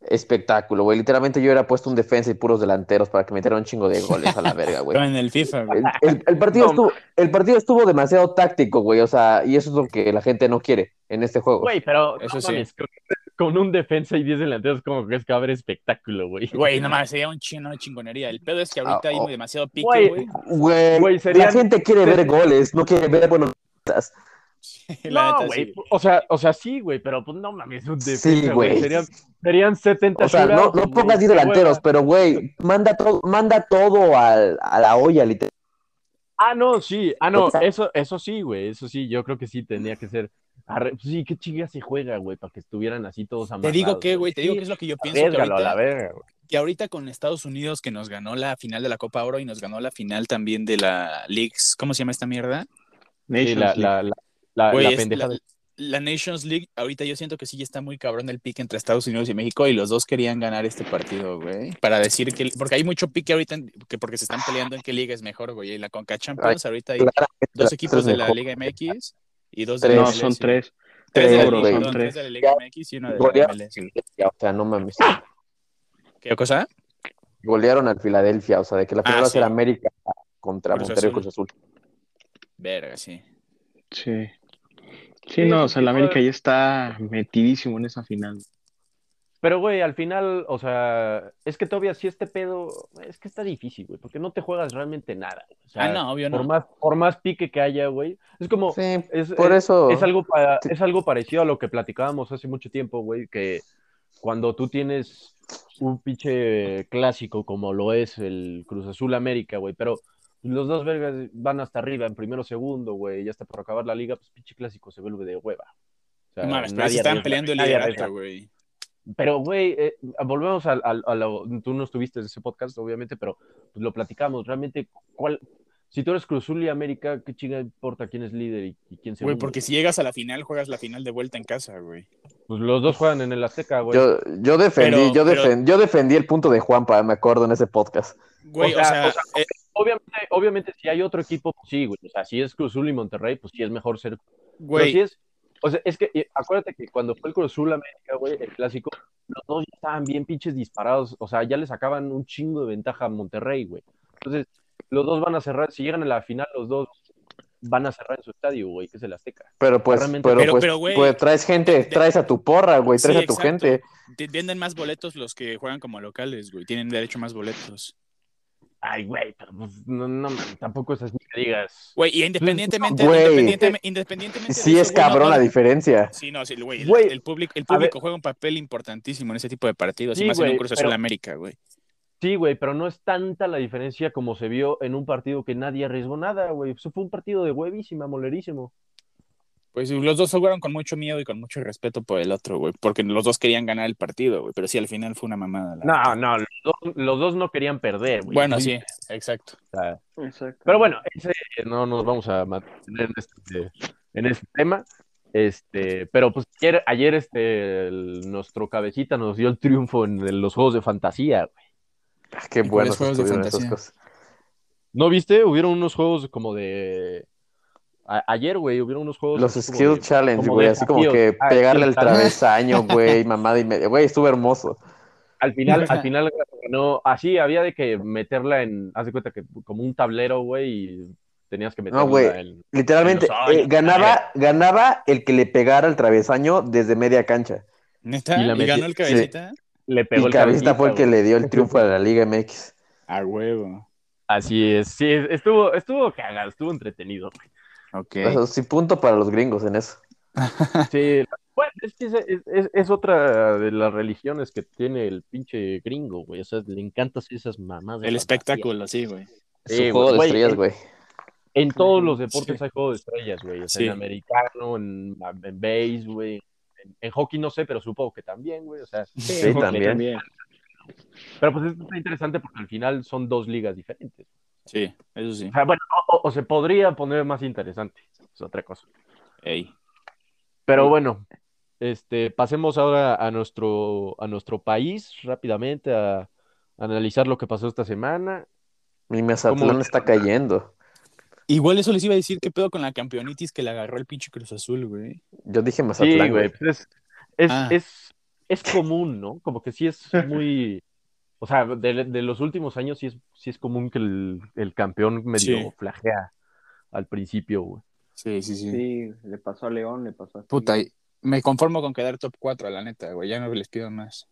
Speaker 3: espectáculo, güey. Literalmente yo era puesto un defensa y puros delanteros para que metieran un chingo de goles a la verga, güey. Ah.
Speaker 2: Pero en el FIFA, güey.
Speaker 3: El, el- el partido estuvo, el partido estuvo demasiado táctico, güey, o sea, y eso es lo que la gente no quiere en este juego.
Speaker 1: Güey, pero
Speaker 2: Eso
Speaker 1: no
Speaker 2: sí.
Speaker 1: mames, con, con un defensa y 10 delanteros, como que es que va a haber espectáculo, güey.
Speaker 2: Güey, no mames, sería un chino de chingonería. El pedo es que ahorita
Speaker 3: Ah,
Speaker 2: hay
Speaker 3: oh.
Speaker 2: demasiado
Speaker 1: Güey.
Speaker 2: pique, güey.
Speaker 3: Güey,
Speaker 1: Güey, serían-
Speaker 3: la gente quiere ver goles, no quiere ver, bueno,
Speaker 2: La
Speaker 1: no,
Speaker 2: neta,
Speaker 1: güey.
Speaker 2: sí.
Speaker 1: O sea, o sea, sí, güey, pero pues no mames, un defensa,
Speaker 3: Sí,
Speaker 1: güey.
Speaker 3: güey.
Speaker 1: Serían, serían 70
Speaker 3: O sea, no,
Speaker 1: churras,
Speaker 3: no pongas
Speaker 1: güey,
Speaker 3: 10 delanteros, pero güey, manda todo, manda todo al- a la olla, literal.
Speaker 1: Ah, no, sí. Ah, no,
Speaker 3: O sea-
Speaker 1: eso, eso sí, güey. Eso sí, yo creo que sí tenía que ser. Arre- pues Sí, qué chinga se juega, güey, para que estuvieran así todos
Speaker 2: Te
Speaker 1: amarrados.
Speaker 2: digo que, güey, te digo
Speaker 1: Sí,
Speaker 2: que es lo que yo pienso. Que
Speaker 1: arriésgalo a la
Speaker 2: ahorita,
Speaker 1: verga, güey.
Speaker 2: que ahorita con Estados Unidos, que nos ganó la final de la Copa Oro y nos ganó la final también de la Leagues, ¿cómo se llama esta mierda?
Speaker 1: Sí, la,
Speaker 4: Nations League.
Speaker 1: la, la, Ah, la,
Speaker 2: Güey,
Speaker 1: la
Speaker 2: es
Speaker 1: pendeja
Speaker 2: la-
Speaker 1: de-
Speaker 2: la Nations League, ahorita yo siento que sí ya está muy cabrón el pique entre Estados Unidos y México y los dos querían ganar este partido, güey. Para decir que, porque hay mucho pique ahorita, en- que porque se están peleando en qué liga es mejor, güey. Y la Conca Champions, ahorita hay dos equipos de la
Speaker 3: mejor.
Speaker 2: Liga MX y dos de la
Speaker 4: No,
Speaker 2: MLS.
Speaker 4: son tres.
Speaker 2: Tres de la
Speaker 3: Tres,
Speaker 2: Liga,
Speaker 3: güey.
Speaker 2: perdón,
Speaker 4: Son
Speaker 2: tres
Speaker 4: tres.
Speaker 2: de la Liga MX y uno de la
Speaker 3: Golearon.
Speaker 2: MLS.
Speaker 3: O sea, no mames.
Speaker 2: ¿Qué cosa?
Speaker 3: Golearon al Filadelfia, o sea, de que la
Speaker 2: Ah,
Speaker 3: final va a
Speaker 2: sí.
Speaker 3: ser América contra
Speaker 2: Cruz
Speaker 3: Monterrey
Speaker 2: Azul.
Speaker 3: Cruz Azul.
Speaker 2: Verga, sí. Ah,
Speaker 4: Sí.
Speaker 1: Sí,
Speaker 4: Sí, no,
Speaker 1: sí,
Speaker 4: o sea, el
Speaker 1: sí,
Speaker 4: América
Speaker 1: fue-
Speaker 4: ya está metidísimo en esa final.
Speaker 1: Pero, güey, al final, o sea, es que todavía si este pedo, es que está difícil, güey, porque no te juegas realmente nada. güey. O sea,
Speaker 2: Ah, no, obvio
Speaker 1: por
Speaker 2: no.
Speaker 1: más, por más pique que haya, güey, es como,
Speaker 3: Sí,
Speaker 1: es,
Speaker 3: por
Speaker 1: es-
Speaker 3: eso.
Speaker 1: Es algo, para-
Speaker 3: Sí.
Speaker 1: es algo parecido a lo que platicábamos hace mucho tiempo, güey, que cuando tú tienes un pinche clásico como lo es el Cruz Azul América, güey, pero los dos vergas van hasta arriba en primero segundo, güey, y hasta por acabar la liga, pues pinche clásico se vuelve de hueva. O sea,
Speaker 2: No mames, pero ahí
Speaker 1: nadie
Speaker 2: se estaban
Speaker 1: arriesga,
Speaker 2: peleando el
Speaker 1: nadie
Speaker 2: liderato,
Speaker 1: arriesga.
Speaker 2: güey.
Speaker 1: Pero, güey, eh, volvemos al- al- a, lo. Tú no estuviste en ese podcast, obviamente, pero pues, lo platicamos. Realmente, ¿cuál. Si tú eres Cruz Azul y América, ¿qué chinga importa quién es líder y, y quién se
Speaker 2: Güey, porque si llegas a la final, juegas la final de vuelta en casa, güey.
Speaker 1: Pues los dos juegan en el Azteca, güey.
Speaker 3: Yo, yo defendí,
Speaker 2: Pero-
Speaker 3: yo,
Speaker 2: pero-
Speaker 3: defen- yo defendí el punto de Juanpa, me acuerdo en ese podcast.
Speaker 2: Güey,
Speaker 1: O
Speaker 2: o
Speaker 1: sea,
Speaker 2: sea,
Speaker 1: o sea,
Speaker 2: eh,
Speaker 1: Obviamente, obviamente, si hay otro equipo, pues sí, güey. O sea, si es Cruz Azul y Monterrey, pues sí es mejor ser. Pero
Speaker 2: güey,
Speaker 1: si es. O sea, es que eh, acuérdate que cuando fue el Cruz Azul América, güey, el clásico, los dos ya estaban bien pinches disparados. O sea, ya le sacaban un chingo de ventaja a Monterrey, güey. Entonces, los dos van a cerrar. Si llegan a la final, los dos van a cerrar en su estadio, güey, que es el Azteca.
Speaker 3: Pero pues,
Speaker 1: Realmente.
Speaker 3: pero,
Speaker 2: Pero-
Speaker 3: pues,
Speaker 2: pero, güey,
Speaker 3: pues, traes gente, traes a tu porra, güey,
Speaker 2: Sí,
Speaker 3: traes a tu
Speaker 2: exacto.
Speaker 3: gente.
Speaker 2: te- venden más boletos los que juegan como locales, güey. Tienen derecho a más boletos.
Speaker 1: Ay, güey, pero pues, no, no, man, tampoco es así que digas.
Speaker 2: Güey, y independientemente,
Speaker 3: Güey.
Speaker 2: independientemente, independientemente de
Speaker 3: Sí
Speaker 2: eso,
Speaker 3: es
Speaker 2: güey, no-
Speaker 3: cabrón
Speaker 2: no-
Speaker 3: la diferencia.
Speaker 2: Sí, no, sí, güey, el,
Speaker 1: Güey,
Speaker 2: el público, el
Speaker 1: a ver.
Speaker 2: público juega un papel importantísimo en ese tipo de partidos,
Speaker 1: Sí,
Speaker 2: y más en
Speaker 1: güey,
Speaker 2: un Cruz
Speaker 1: pero-
Speaker 2: Azul América, güey.
Speaker 1: Sí, güey, pero no es tanta la diferencia como se vio en un partido que nadie arriesgó nada, güey. Eso fue un partido de huevísima, molerísimo.
Speaker 2: Pues los dos jugaron con mucho miedo y con mucho respeto por el otro, güey, porque los dos querían ganar el partido, güey, pero sí, al final fue una mamada. la-
Speaker 1: No, no, los dos, los dos no querían perder, güey.
Speaker 2: Bueno, sí, exacto.
Speaker 1: O sea,
Speaker 4: Exacto.
Speaker 1: Pero bueno, ese, no nos vamos a mantener en este, en este tema. Este, pero pues ayer, ayer este, el- nuestro cabecita nos dio el triunfo en el- los juegos de fantasía. güey.
Speaker 3: Ah, Qué
Speaker 2: ¿Y cuáles
Speaker 3: buenos
Speaker 2: juegos de
Speaker 3: estuvieron esas
Speaker 2: fantasía?
Speaker 3: cosas.
Speaker 1: ¿No viste? Hubieron unos juegos como de... a- ayer, güey, hubieron unos juegos...
Speaker 3: Los
Speaker 1: así como
Speaker 3: Skill
Speaker 1: de-
Speaker 3: Challenge,
Speaker 1: como
Speaker 3: güey,
Speaker 1: de
Speaker 3: así como que
Speaker 1: desafíos. Ah,
Speaker 3: pegarle al
Speaker 1: skill challenge.
Speaker 3: travesaño, güey, mamada y media. Güey, estuvo hermoso.
Speaker 1: Al final, al final ganó... Así había de que meterla en... Haz de cuenta que como un tablero, güey, y tenías que meterla
Speaker 3: güey.
Speaker 1: en...
Speaker 3: Literalmente,
Speaker 1: Dinosaurio,
Speaker 3: eh, ganaba, ganaba el que le pegara al travesaño desde media cancha.
Speaker 2: ¿Neta?
Speaker 1: Y la
Speaker 2: ¿Y
Speaker 1: meti-
Speaker 2: ganó el cabecita?
Speaker 1: Le
Speaker 3: Y
Speaker 1: pegó el
Speaker 3: Cabecita fue el que
Speaker 1: güey.
Speaker 3: le dio el triunfo a la Liga MX.
Speaker 2: A huevo.
Speaker 1: Así es, sí, estuvo, estuvo cagado, estuvo entretenido.
Speaker 2: Ok.
Speaker 3: O sea, sí, punto para los gringos en eso.
Speaker 1: Sí, la- bueno, es que es, es- es- es otra de las religiones que tiene el pinche gringo, güey. O sea, le encantan esas mamadas. de
Speaker 2: El
Speaker 1: fantasía.
Speaker 2: espectáculo, sí, güey.
Speaker 3: Es
Speaker 1: Sí,
Speaker 3: un juego de
Speaker 1: güey,
Speaker 3: estrellas,
Speaker 1: eh,
Speaker 3: güey.
Speaker 1: En todos los
Speaker 2: Ujú,
Speaker 1: deportes hay juego de estrellas, güey. O sea,
Speaker 2: Sí.
Speaker 1: en americano, en, en base, güey. En, en hockey no sé, pero supongo que también, güey. O sea,
Speaker 3: Sí,
Speaker 1: le-
Speaker 3: también.
Speaker 1: Pero pues esto está interesante porque al final son dos ligas diferentes.
Speaker 2: Sí, eso sí.
Speaker 1: O sea, bueno, o, o- o se podría poner más interesante. Es otra cosa.
Speaker 2: Ey.
Speaker 1: Pero bueno, este, pasemos ahora a nuestro, a nuestro país rápidamente a, analizar lo que pasó esta semana.
Speaker 3: Mi Mazatlán
Speaker 1: ¿Cómo?
Speaker 3: está cayendo.
Speaker 2: Igual eso les iba a decir que pedo con la campeonitis que le agarró el pinche Cruz Azul, güey.
Speaker 3: Yo dije
Speaker 1: Sí, güey,
Speaker 3: Mazatlán, güey.
Speaker 1: pues es, es,
Speaker 2: Ah.
Speaker 1: es, es común, ¿no? Como que sí es muy, o sea, de, de los últimos años sí es, sí es común que el, el campeón medio
Speaker 2: Sí.
Speaker 1: flajea al principio, güey.
Speaker 2: Sí, sí, sí.
Speaker 4: Sí, le pasó a León, le pasó a...
Speaker 2: Puta, y- me conformo con quedar top 4, la neta, güey. Ya no les pido más.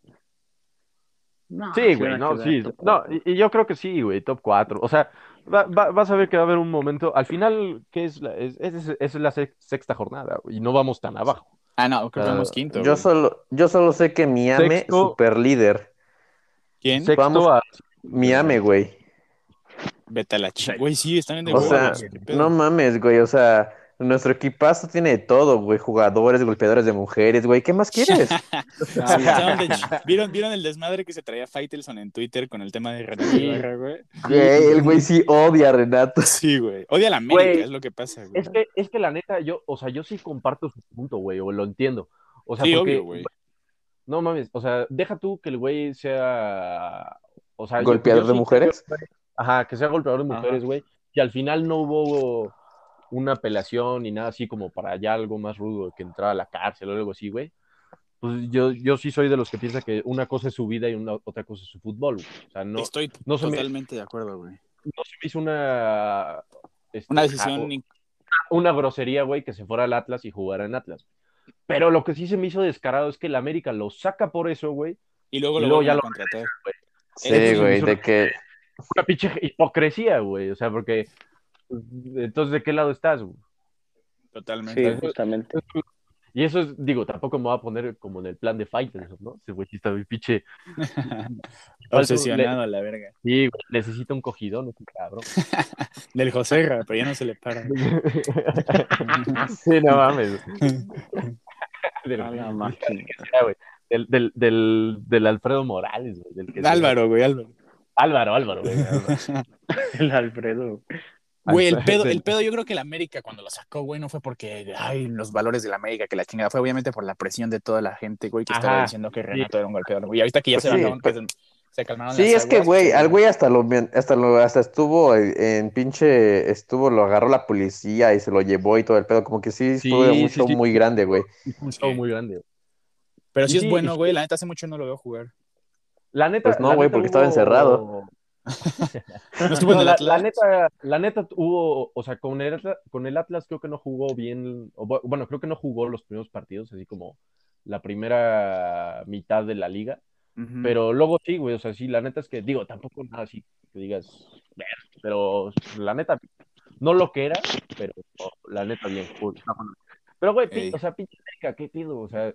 Speaker 4: No,
Speaker 1: Sí, güey, no, sí, no, y, y yo creo que sí, güey, top 4. O sea, va- va- vas a ver que va a haber un momento, al final, ¿qué es la, es, es- es la sex- sexta jornada, güey, y no vamos tan abajo.
Speaker 2: Ah, no, creo que
Speaker 3: Ah,
Speaker 2: vamos quinto.
Speaker 3: Yo
Speaker 2: güey.
Speaker 3: solo, yo solo sé que Miame,
Speaker 1: Sexto.
Speaker 3: super líder.
Speaker 2: ¿Quién?
Speaker 1: Sexto
Speaker 3: Vamos-
Speaker 1: a-
Speaker 3: Miame, güey.
Speaker 2: Vete a la chica. Güey, sí, están en el
Speaker 3: O sea, no mames, güey. O sea, nuestro equipazo tiene de todo, güey. Jugadores, golpeadores de mujeres, güey. ¿Qué más quieres?
Speaker 2: ¿Vieron, ¿Vieron el desmadre que se traía Faitelson en Twitter con el tema de Renato
Speaker 1: Sí.
Speaker 2: Ibarra, güey?
Speaker 3: Güey, el güey sí odia a Renato.
Speaker 2: Sí, güey. Odia a la América,
Speaker 1: Güey,
Speaker 2: es lo que pasa, güey.
Speaker 1: Es que, es que la neta, yo, o sea, yo sí comparto su punto, güey, o lo entiendo. O sea,
Speaker 2: sí,
Speaker 1: porque,
Speaker 2: obvio, güey.
Speaker 1: no mames, o sea, deja tú que el güey sea, o sea, Ah, yo-
Speaker 3: ¿Golpeador
Speaker 1: yo
Speaker 3: de
Speaker 1: sí-
Speaker 3: mujeres?
Speaker 1: Ajá, que sea golpeador de
Speaker 4: Ajá.
Speaker 1: mujeres, güey. Y al final no hubo una apelación ni nada así como para allá algo más rudo que entrar a la cárcel o algo así, güey. Pues yo, yo sí soy de los que piensa que una cosa es su vida y una otra cosa es su fútbol, güey. O sea, no,
Speaker 2: Estoy
Speaker 1: no se me-
Speaker 2: totalmente de acuerdo, güey.
Speaker 1: no se me hizo una... este,
Speaker 2: Una
Speaker 1: ja-
Speaker 2: decisión. in-
Speaker 1: una grosería, güey, que se fuera al Atlas y jugara en Atlas. Pero lo que sí se me hizo descarado es que el América lo saca por eso, güey.
Speaker 2: Y luego
Speaker 1: y
Speaker 2: lo
Speaker 1: luego
Speaker 2: vuelven
Speaker 1: ya
Speaker 2: a
Speaker 1: lo-
Speaker 2: contratar.
Speaker 3: Sí, güey, de que.
Speaker 1: Una pinche hipocresía, güey. O sea, porque. pues, Entonces, ¿de qué lado estás, güey?
Speaker 2: Totalmente.
Speaker 4: Sí, justamente.
Speaker 1: Y eso es, digo, tampoco me voy a poner como en el plan de Fighters, ¿no? Ese güey sí está muy pinche.
Speaker 2: Obsesionado a la verga.
Speaker 1: Sí, güey, necesita un cogidón, ese cabrón.
Speaker 2: Del José Ra, pero ya no se le para.
Speaker 1: sí, no mames. Del,
Speaker 4: A la máquina.
Speaker 1: del, del, del, del Alfredo Morales, güey. Del que se-
Speaker 2: Álvaro, güey, Álvaro.
Speaker 1: Álvaro, Álvaro, güey.
Speaker 4: El Alfredo.
Speaker 2: Güey, el
Speaker 1: Al-
Speaker 2: pedo,
Speaker 1: del-
Speaker 2: el pedo, yo creo que el América cuando lo sacó, güey, no fue porque, ay, los valores del América, que la chingada, fue obviamente por la presión de toda la gente, güey, que estaba
Speaker 1: Ajá,
Speaker 2: diciendo que Renato era un golpeador, güey. Y ahorita que ya
Speaker 3: Pues
Speaker 2: se,
Speaker 3: sí,
Speaker 2: bajaron, que
Speaker 3: pero-
Speaker 2: se- se calmaron
Speaker 3: Sí,
Speaker 2: las
Speaker 3: es que,
Speaker 2: aguas,
Speaker 3: güey,
Speaker 2: pues,
Speaker 3: al güey hasta lo, hasta lo, hasta estuvo en pinche, estuvo, lo agarró la policía y se lo llevó y todo el pedo, como que sí estuvo de
Speaker 1: Sí,
Speaker 3: un
Speaker 1: sí,
Speaker 3: show
Speaker 1: sí.
Speaker 3: muy grande, güey.
Speaker 1: un show muy grande. güey.
Speaker 2: Pero sí es
Speaker 1: Sí,
Speaker 2: bueno,
Speaker 1: sí.
Speaker 2: güey, la neta hace mucho no lo veo jugar.
Speaker 1: La neta.
Speaker 3: Pues no,
Speaker 1: la
Speaker 3: güey,
Speaker 1: neta
Speaker 3: porque estaba encerrado.
Speaker 2: No estuvo
Speaker 1: No,
Speaker 2: en el
Speaker 1: la,
Speaker 2: Atlas.
Speaker 1: la neta, la neta hubo, o sea, con el, Atla- con el Atlas creo que no jugó bien, o bu- bueno, creo que no jugó los primeros partidos, así como la primera mitad de la liga,
Speaker 2: Ujú.
Speaker 1: pero luego sí, güey, o sea, sí, la neta es que, digo, tampoco nada así que digas, "Ver", pero la neta, no lo que era, pero la neta bien, cool. Pero, güey, pi-
Speaker 2: Ey.
Speaker 1: o sea, pinche América, ¿qué pido? O sea,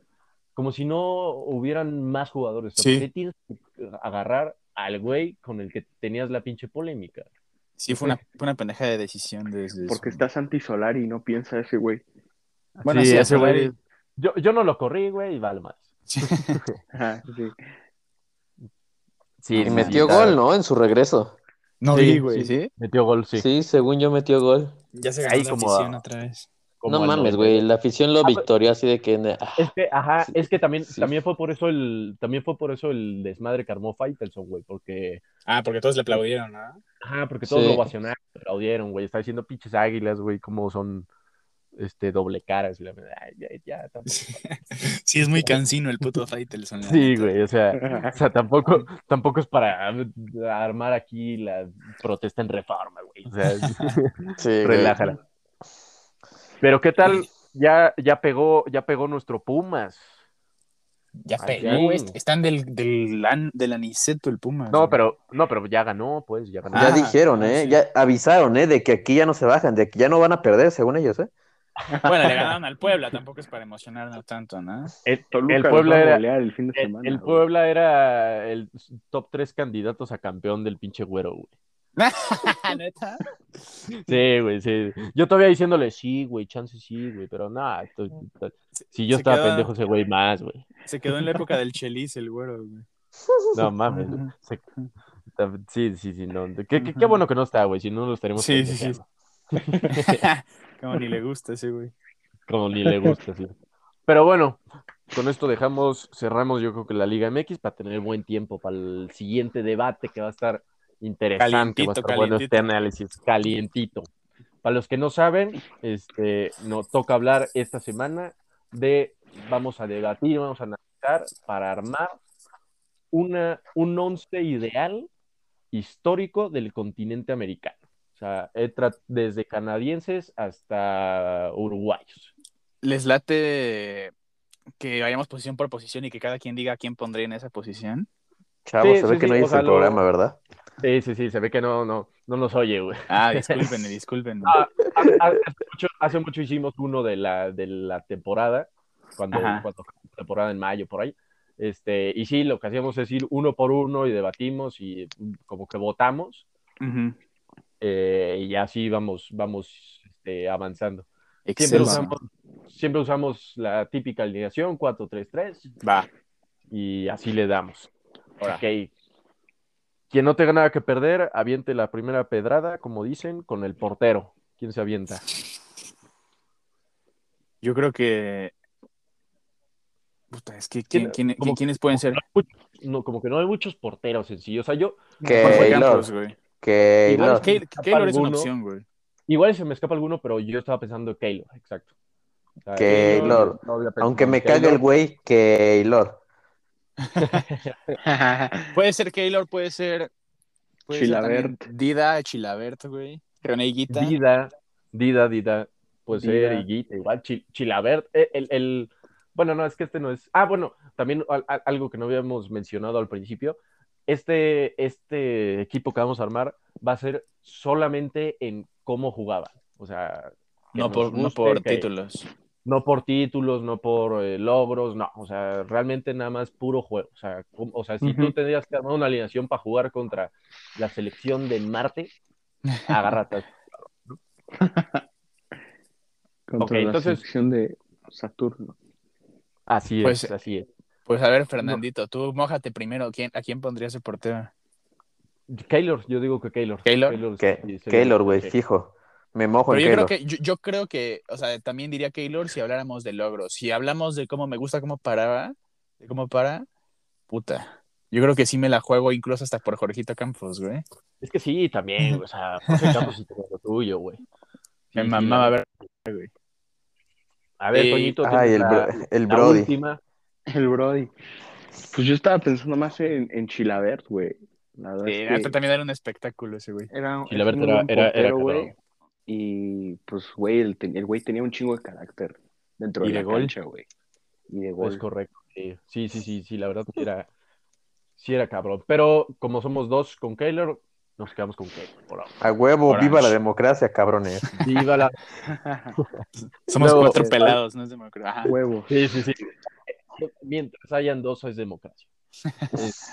Speaker 1: como si no hubieran más jugadores, o sea,
Speaker 2: Sí.
Speaker 1: ¿por qué tienes que eh, agarrar al güey con el que tenías la pinche polémica?
Speaker 2: Sí, fue una, fue una pendeja de decisión. De, de-
Speaker 4: Porque está Santi Solari y no piensa ese güey.
Speaker 2: Bueno,
Speaker 1: Sí,
Speaker 2: sí,
Speaker 1: ese güey-
Speaker 2: Ferrari.
Speaker 1: Yo, yo no lo corrí, güey, y vale más.
Speaker 4: Ajá, sí.
Speaker 1: Sí,
Speaker 3: Y
Speaker 1: sí,
Speaker 3: metió
Speaker 1: sí, está-
Speaker 3: gol, ¿no? En su regreso.
Speaker 2: No
Speaker 1: Sí,
Speaker 2: vi, güey.
Speaker 1: sí, sí. Metió gol, sí.
Speaker 3: Sí, según yo metió gol.
Speaker 2: Ya se
Speaker 1: Ahí
Speaker 2: ganó la
Speaker 1: como
Speaker 2: afición
Speaker 1: a-
Speaker 2: otra vez.
Speaker 1: Como
Speaker 3: no
Speaker 1: al
Speaker 3: mames,
Speaker 1: 90.
Speaker 3: güey. La afición lo
Speaker 1: pero-
Speaker 3: victorió así de que. ah,
Speaker 1: Es que, ajá,
Speaker 3: Sí,
Speaker 1: es que también,
Speaker 3: sí.
Speaker 1: también fue por eso el, también fue por eso el desmadre que armó Faitelson, güey, porque,
Speaker 2: Ah, porque todos le aplaudieron, ¿no?
Speaker 1: ajá, porque todos
Speaker 3: Sí.
Speaker 1: lo ovacionaron, lo aplaudieron, güey, está diciendo pinches águilas, güey, cómo son, este, doble caras, y la verdad, ay, ya, ya, tampoco.
Speaker 2: Sí, es muy cansino el puto Faitelson. la
Speaker 1: Sí,
Speaker 2: neta.
Speaker 1: güey, o sea, o sea, tampoco, tampoco es para armar aquí la protesta en reforma, güey, o sea,
Speaker 3: sí, güey.
Speaker 1: relájala. Pero qué tal, ya, ya pegó, ya pegó nuestro Pumas.
Speaker 2: Ya
Speaker 1: Ay,
Speaker 2: pegó,
Speaker 1: ya.
Speaker 2: güey. Están del, del, an- del aniceto el Puma.
Speaker 1: No, pero, no, pero ya ganó, pues, ya ganó.
Speaker 3: Ya
Speaker 2: Ah,
Speaker 3: dijeron, ¿eh?
Speaker 2: sí.
Speaker 3: Ya avisaron, ¿eh? De que aquí ya no se bajan, de que ya no van a perder, según ellos, ¿eh?
Speaker 2: Bueno, le ganaron al Puebla, tampoco es para emocionarnos tanto, ¿no?
Speaker 1: El-
Speaker 4: Toluca
Speaker 1: el
Speaker 4: los
Speaker 1: Puebla
Speaker 4: va a
Speaker 1: era,
Speaker 4: golear el fin de
Speaker 1: El,
Speaker 4: semana.
Speaker 1: el
Speaker 4: güey.
Speaker 1: Puebla era el top 3 candidatos a campeón del pinche güero, güey.
Speaker 2: ¿Neta?
Speaker 1: Sí, güey, sí. Yo todavía diciéndole, sí, güey, chance sí, güey, pero nada. esto- esto- Si yo
Speaker 2: se
Speaker 1: estaba
Speaker 2: queda-
Speaker 1: pendejo ese güey más, güey.
Speaker 2: Se quedó en la época del Chelis, el güero, güey.
Speaker 1: No mames. güey. Se- Sí, sí, sí, no. Qué, qué- qué bueno que no está, güey, si no lo estaremos
Speaker 2: Sí, sí, sí.
Speaker 1: pendejeando,
Speaker 2: Como ni le gusta ese güey.
Speaker 1: Como ni le gusta, sí. Pero bueno, con esto dejamos, cerramos yo creo que la Liga MX para tener buen tiempo para el siguiente debate que va a estar interesante, va a
Speaker 2: Calientito,
Speaker 1: estar bueno este
Speaker 2: calientito.
Speaker 1: análisis, calientito. Para los que no saben, este, nos toca hablar esta semana de, vamos a debatir, vamos a analizar para armar una, un once ideal histórico del continente americano. O sea, he tra- desde canadienses hasta uruguayos.
Speaker 2: ¿Les late que vayamos posición por posición y que cada quien diga a quién pondría en esa posición?
Speaker 3: Chavos,
Speaker 1: Sí,
Speaker 3: se ve
Speaker 1: sí,
Speaker 3: que
Speaker 1: sí,
Speaker 3: no
Speaker 1: o
Speaker 3: oyes
Speaker 1: sea,
Speaker 3: el
Speaker 1: lo-
Speaker 3: programa, ¿verdad?
Speaker 1: Sí, sí, sí, se ve que no, no, no nos oye, güey.
Speaker 2: Ah, discúlpenme, discúlpenme.
Speaker 1: Ah, hace, hace mucho, hace mucho hicimos uno de la, de la temporada, cuando,
Speaker 2: Ajá.
Speaker 1: cuando temporada en mayo por ahí. Este, y sí, lo que hacíamos es ir uno por uno y debatimos y mm, como que votamos
Speaker 2: Ujú.
Speaker 1: eh, y así vamos, vamos este, avanzando. Siempre
Speaker 2: Excelso.
Speaker 1: usamos, siempre usamos la típica alineación 4-3-3
Speaker 2: Va.
Speaker 1: y así le damos.
Speaker 2: Ahora.
Speaker 1: Ok. Quien no tenga nada que perder, aviente la primera pedrada, como dicen, con el portero. ¿Quién se avienta?
Speaker 2: Yo creo que. Puta, es que ¿quién-
Speaker 1: ¿Quién-
Speaker 2: quién-
Speaker 1: cómo-
Speaker 2: ¿quiénes pueden ser?
Speaker 1: no, como que no hay muchos porteros en sí. O sea, yo
Speaker 2: Jorge
Speaker 3: Keylor.
Speaker 2: Campos, güey.
Speaker 3: Que
Speaker 1: Igual
Speaker 3: no.
Speaker 1: que-
Speaker 2: Kay- Keylor es una
Speaker 1: alguno.
Speaker 2: opción, güey.
Speaker 1: igual se me escapa alguno, pero yo estaba pensando en Keylor, exacto. O sea,
Speaker 3: Keylor.
Speaker 1: yo no había pensado
Speaker 3: Aunque
Speaker 1: en
Speaker 3: me cague el
Speaker 1: Keylor.
Speaker 3: güey, Keylor.
Speaker 2: Puede ser Keylor, puede ser. puede ser
Speaker 4: Chilabert.
Speaker 2: también Dida, Chilabert, güey. René Higuita.
Speaker 1: Dida, Dida, Dida, puede ser
Speaker 4: Dida.
Speaker 1: Higuita, igual Chil- Chilabert, eh, el, el- bueno, no, es que este no es, ah, bueno, también al- al- algo que no habíamos mencionado al principio, este, este equipo que vamos a armar va a ser solamente en cómo jugaba, o sea, que
Speaker 2: No
Speaker 1: nos
Speaker 2: por, no
Speaker 1: guste,
Speaker 2: por
Speaker 1: que-
Speaker 2: títulos.
Speaker 1: no por títulos, no por eh, logros, no, o sea, realmente nada más puro juego, o sea, com- o sea, si tú
Speaker 4: Ujú.
Speaker 1: tendrías que armar una alineación para jugar contra la selección de Marte, agárrate a
Speaker 4: Contra
Speaker 1: Ok,
Speaker 4: la
Speaker 1: entonces-
Speaker 4: selección de Saturno.
Speaker 1: Así es,
Speaker 2: Pues,
Speaker 1: así es.
Speaker 2: Pues a ver, Fernandito, tú mojate primero. ¿Quién, ¿A quién pondrías el portero?
Speaker 1: Keylor, yo digo que Keylor.
Speaker 2: ¿Keylor?
Speaker 3: Que-
Speaker 1: sí, sí,
Speaker 3: Keylor, güey,
Speaker 1: sí.
Speaker 3: fijo. Me mojo
Speaker 2: Pero
Speaker 3: en
Speaker 2: yo creo
Speaker 3: Keylor.
Speaker 2: que, yo, yo creo que, o sea, también diría Keylor si habláramos de logros. Si hablamos de cómo me gusta, cómo paraba, de cómo para, puta. Yo creo que sí me la juego incluso hasta por Jorgito Campos, güey.
Speaker 1: Es que sí, también, o sea, Jorge Campos sí tenía lo tuyo, güey.
Speaker 2: Me
Speaker 1: Sí, sí, la-
Speaker 2: mamaba ver.
Speaker 1: A ver,
Speaker 2: Sí.
Speaker 1: Toñito,
Speaker 3: Ay,
Speaker 1: tienes
Speaker 3: el,
Speaker 1: la,
Speaker 3: bro- el
Speaker 1: la
Speaker 3: Brody.
Speaker 1: última.
Speaker 4: El Brody. Pues yo estaba pensando más en, en Chilabert, güey. La verdad
Speaker 2: Sí,
Speaker 4: es que
Speaker 2: neta, también era un espectáculo ese, güey.
Speaker 4: era,
Speaker 1: Chilabert
Speaker 4: es un
Speaker 1: era-
Speaker 4: buen
Speaker 1: era- era
Speaker 4: portero,
Speaker 1: cabrón.
Speaker 4: güey. Y pues, güey, el, te- el güey tenía un chingo de carácter dentro
Speaker 1: Y
Speaker 4: de,
Speaker 1: de
Speaker 4: la
Speaker 1: gol.
Speaker 4: cancha, güey. Y de
Speaker 1: Es
Speaker 4: gol.
Speaker 1: correcto. Sí, sí, sí, sí, sí, la verdad sí era, sí era cabrón. Pero como somos dos con Keylor, nos quedamos con Keylor. Por ahora.
Speaker 3: A huevo,
Speaker 2: Orange.
Speaker 3: viva la democracia, cabrones.
Speaker 1: Viva la-
Speaker 2: Somos
Speaker 1: Luego,
Speaker 2: cuatro
Speaker 1: eh,
Speaker 2: pelados, no es democracia. Ajá.
Speaker 4: Huevos.
Speaker 1: Sí, sí, sí. Mientras hayan dos, es democracia. Es-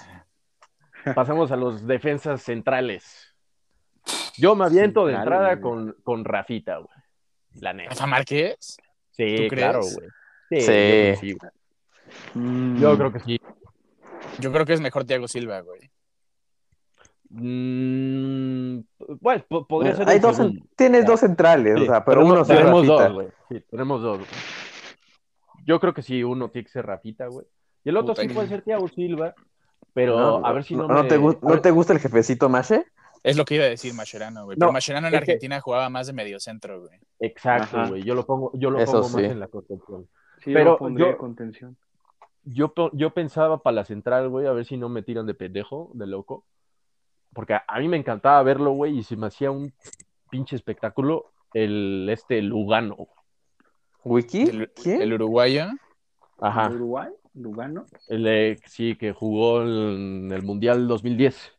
Speaker 1: Pasamos a los defensas centrales. Yo me aviento de
Speaker 4: Centrales,
Speaker 1: entrada
Speaker 4: güey.
Speaker 1: con, con Rafita, güey. La neta.
Speaker 2: Rafa Márquez.
Speaker 1: Sí, Sí,
Speaker 2: ¿Tú
Speaker 1: claro,
Speaker 2: crees?
Speaker 1: güey. Sí, Yo,
Speaker 3: Sí.
Speaker 1: creo que sí, güey.
Speaker 4: Mm.
Speaker 1: Yo creo que sí.
Speaker 2: Yo creo que es mejor Thiago Silva, güey.
Speaker 1: Mm, bueno, po- podría ser.
Speaker 3: Eh, Hay
Speaker 1: el
Speaker 3: dos,
Speaker 1: segundo.
Speaker 3: cen- tienes
Speaker 1: Ya.
Speaker 3: dos centrales,
Speaker 1: Sí,
Speaker 3: o sea, pero
Speaker 1: tenemos-
Speaker 3: uno sí es
Speaker 1: tenemos
Speaker 3: Rafita.
Speaker 1: dos, güey. Sí, tenemos dos. güey. Yo creo que sí, uno tiene que ser Rafita, güey. Y el otro
Speaker 2: Puta,
Speaker 1: sí
Speaker 2: que-
Speaker 1: puede ser Thiago Silva, pero a ver si no, me-
Speaker 3: te, gu-
Speaker 1: a
Speaker 3: ¿No
Speaker 1: ver-
Speaker 3: te gusta el jefecito Mashe?
Speaker 2: Es lo que iba a decir Mascherano, güey.
Speaker 1: No,
Speaker 2: Pero Mascherano en
Speaker 1: es que-
Speaker 2: Argentina jugaba más de mediocentro, güey.
Speaker 1: Exacto,
Speaker 4: Ajá.
Speaker 1: güey. Yo lo pongo, yo lo
Speaker 3: Eso
Speaker 1: pongo más
Speaker 3: sí.
Speaker 1: en la contención.
Speaker 4: Sí,
Speaker 1: Pero
Speaker 4: yo lo pondría
Speaker 1: yo-
Speaker 4: contención.
Speaker 1: Yo, po- yo pensaba para la central, güey, a ver si no me tiran de pendejo, de loco. Porque a, a mí me encantaba verlo, güey, y se me hacía un pinche espectáculo el este Lugano. güey.
Speaker 3: ¿Wiki?
Speaker 2: El,
Speaker 3: ¿Quién?
Speaker 2: el uruguayo.
Speaker 1: Ajá.
Speaker 4: ¿Uruguay? ¿Lugano?
Speaker 1: El, eh, sí, que jugó en el Mundial 2010.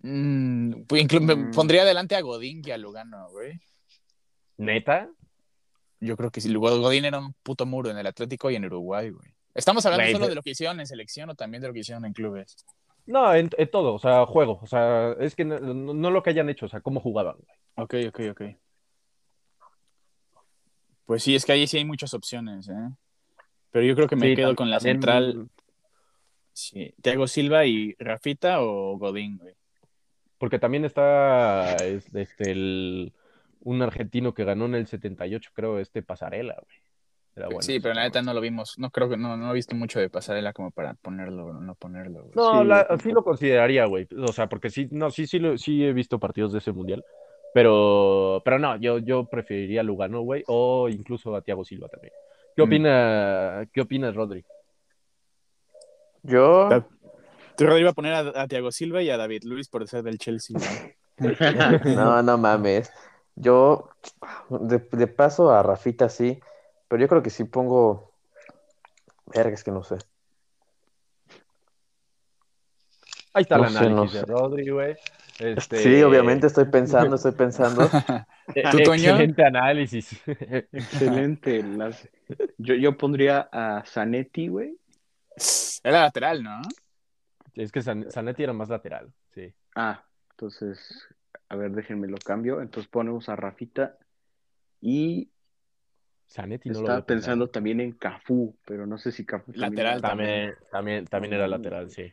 Speaker 2: Mm, pues inclu- me
Speaker 4: Mm.
Speaker 2: pondría adelante a Godín que a Lugano, güey.
Speaker 1: ¿Neta?
Speaker 2: Yo creo que sí. Lugo- Godín era un puto muro en el Atlético y en Uruguay, güey. Estamos hablando
Speaker 1: Güey,
Speaker 2: solo
Speaker 1: pero-
Speaker 2: de lo que hicieron en selección o también de lo que hicieron en clubes.
Speaker 1: No, en, en todo, o sea, juego. O sea, es que no, no- no lo que hayan hecho, o sea, cómo jugaban. güey.
Speaker 2: Ok, ok, ok. Pues sí, es que ahí sí hay muchas opciones, ¿eh? Pero yo creo que me
Speaker 1: Sí,
Speaker 2: quedo
Speaker 1: tam-
Speaker 2: con la
Speaker 1: también-
Speaker 2: central.
Speaker 4: Mm,
Speaker 2: Sí. Thiago Silva y Rafita o Godín, güey.
Speaker 1: Porque también está es- este, el, un argentino que ganó en el 78, creo, este Pasarela, güey. Era bueno,
Speaker 2: sí, pero la
Speaker 1: cabrón.
Speaker 2: neta no lo vimos. No creo que no, no he visto mucho de pasarela como para ponerlo o no ponerlo, güey.
Speaker 1: No,
Speaker 4: Sí,
Speaker 1: la-
Speaker 4: yo
Speaker 1: sí lo consideraría, güey. O sea, porque sí, no, sí, sí, lo- sí he visto partidos de ese mundial. Pero, pero no, yo, yo preferiría a Lugano, güey, o incluso a Thiago Silva también. ¿Qué
Speaker 2: Mm.
Speaker 1: opina, qué opinas, Rodri?
Speaker 3: Yo,
Speaker 2: Está- Yo creo que iba a poner a, a Thiago Silva y a David Luis por ser del Chelsea, güey.
Speaker 3: no, no mames. Yo, de, de paso a Rafita sí, pero yo creo que sí pongo... Verga, es que no sé.
Speaker 1: Ahí está
Speaker 3: No
Speaker 1: el
Speaker 3: sé,
Speaker 1: análisis
Speaker 3: no
Speaker 1: de
Speaker 3: sé.
Speaker 1: Rodri, güey. Este,
Speaker 3: Sí, obviamente estoy pensando, estoy pensando.
Speaker 1: eh,
Speaker 2: ¿Tú, Toño?
Speaker 1: Excelente análisis.
Speaker 4: Excelente. las- Yo, yo pondría a Zanetti, güey.
Speaker 2: Era lateral, ¿no?
Speaker 1: es que San- Zanetti era más lateral, sí.
Speaker 4: Ah, entonces, a ver, déjenme lo cambio. Entonces ponemos a Rafita y
Speaker 1: Zanetti no lo
Speaker 4: estaba
Speaker 1: veo tan
Speaker 4: pensando también en Cafú, pero no sé si Cafú también
Speaker 2: Lateral
Speaker 1: lateral.
Speaker 4: era-
Speaker 1: También, también, también era lateral, sí.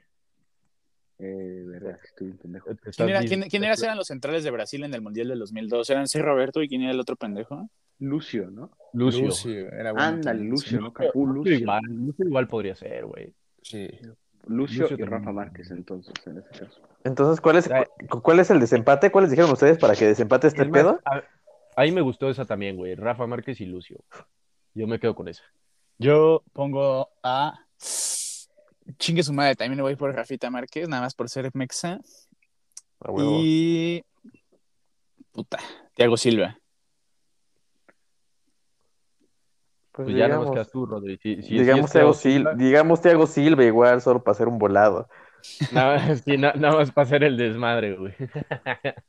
Speaker 4: Eh, verdad, estoy un pendejo.
Speaker 1: Eh,
Speaker 2: ¿Quién, era, quién, quién eras- eran los centrales de Brasil en el Mundial del 2002? ¿Eran C. Roberto y quién era el otro pendejo?
Speaker 4: Lucio, ¿no?
Speaker 1: Lucio.
Speaker 2: era bueno.
Speaker 4: Ándale,
Speaker 2: también.
Speaker 4: Lucio, ¿no? Cafú,
Speaker 1: Lucio
Speaker 4: Lucio.
Speaker 1: igual, Lucio igual podría ser, güey.
Speaker 2: Sí.
Speaker 4: Lucio,
Speaker 1: Lucio
Speaker 4: y
Speaker 1: también.
Speaker 4: Rafa Márquez, entonces, en ese caso.
Speaker 3: Entonces, ¿cuál es, cu- cuál es el desempate? ¿Cuáles dijeron ustedes para que desempate este
Speaker 1: Es más,
Speaker 3: pedo?
Speaker 1: a- ahí me gustó esa también, güey. Rafa Márquez y Lucio. Yo me quedo con esa.
Speaker 2: Yo pongo a. Chingue su madre, también le voy por Rafita Márquez, nada más por ser mexa.
Speaker 3: A huevo.
Speaker 2: Y. Puta, Thiago Silva.
Speaker 1: Pues,
Speaker 3: Pues
Speaker 1: ya no
Speaker 3: digamos-
Speaker 1: nos quedas tú, Rodri. Si- si- si
Speaker 3: digamos,
Speaker 1: es
Speaker 3: Thiago
Speaker 1: Thiago
Speaker 3: Silva, digamos Thiago Silva igual, solo para hacer un volado.
Speaker 1: Nada, sí, na- nada más para hacer el desmadre, güey.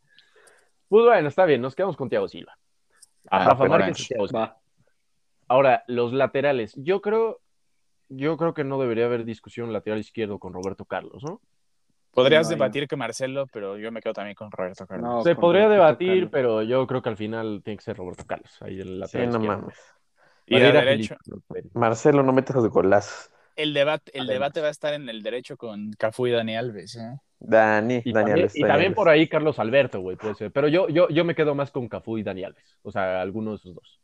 Speaker 1: Pues bueno, está bien, nos quedamos con Thiago Silva. A
Speaker 2: Ah,
Speaker 1: Rafa
Speaker 2: pero
Speaker 1: Márquez
Speaker 2: bueno.
Speaker 1: y Thiago Silva.
Speaker 4: Va.
Speaker 1: Ahora, los laterales. Yo creo, yo creo que no debería haber discusión lateral izquierdo con Roberto Carlos, ¿no?
Speaker 2: Podrías
Speaker 4: No,
Speaker 2: debatir que Marcelo, pero yo me quedo también con Roberto Carlos.
Speaker 4: No,
Speaker 1: Se
Speaker 4: con
Speaker 1: podría
Speaker 4: Roberto
Speaker 1: debatir,
Speaker 4: Carlos.
Speaker 1: pero yo creo que al final tiene que ser Roberto Carlos, ahí el
Speaker 3: Sí,
Speaker 1: lateral
Speaker 3: no
Speaker 1: izquierdo.
Speaker 3: mames.
Speaker 2: Y de
Speaker 1: Valera
Speaker 2: derecho,
Speaker 1: Felipe, pero-
Speaker 3: Marcelo, no metas a su golazo.
Speaker 2: el, debate, el
Speaker 1: Además.
Speaker 2: debate va a estar en el derecho con Cafú y Dani Alves. ¿eh?
Speaker 3: Dani,
Speaker 1: Y,
Speaker 3: Dani
Speaker 1: también,
Speaker 3: Alves,
Speaker 1: y
Speaker 3: Dani
Speaker 1: también
Speaker 3: Alves.
Speaker 1: por ahí Carlos Alberto, güey, puede ser. Pero yo, yo, yo me quedo más con Cafú y Dani Alves. O sea, alguno de esos dos.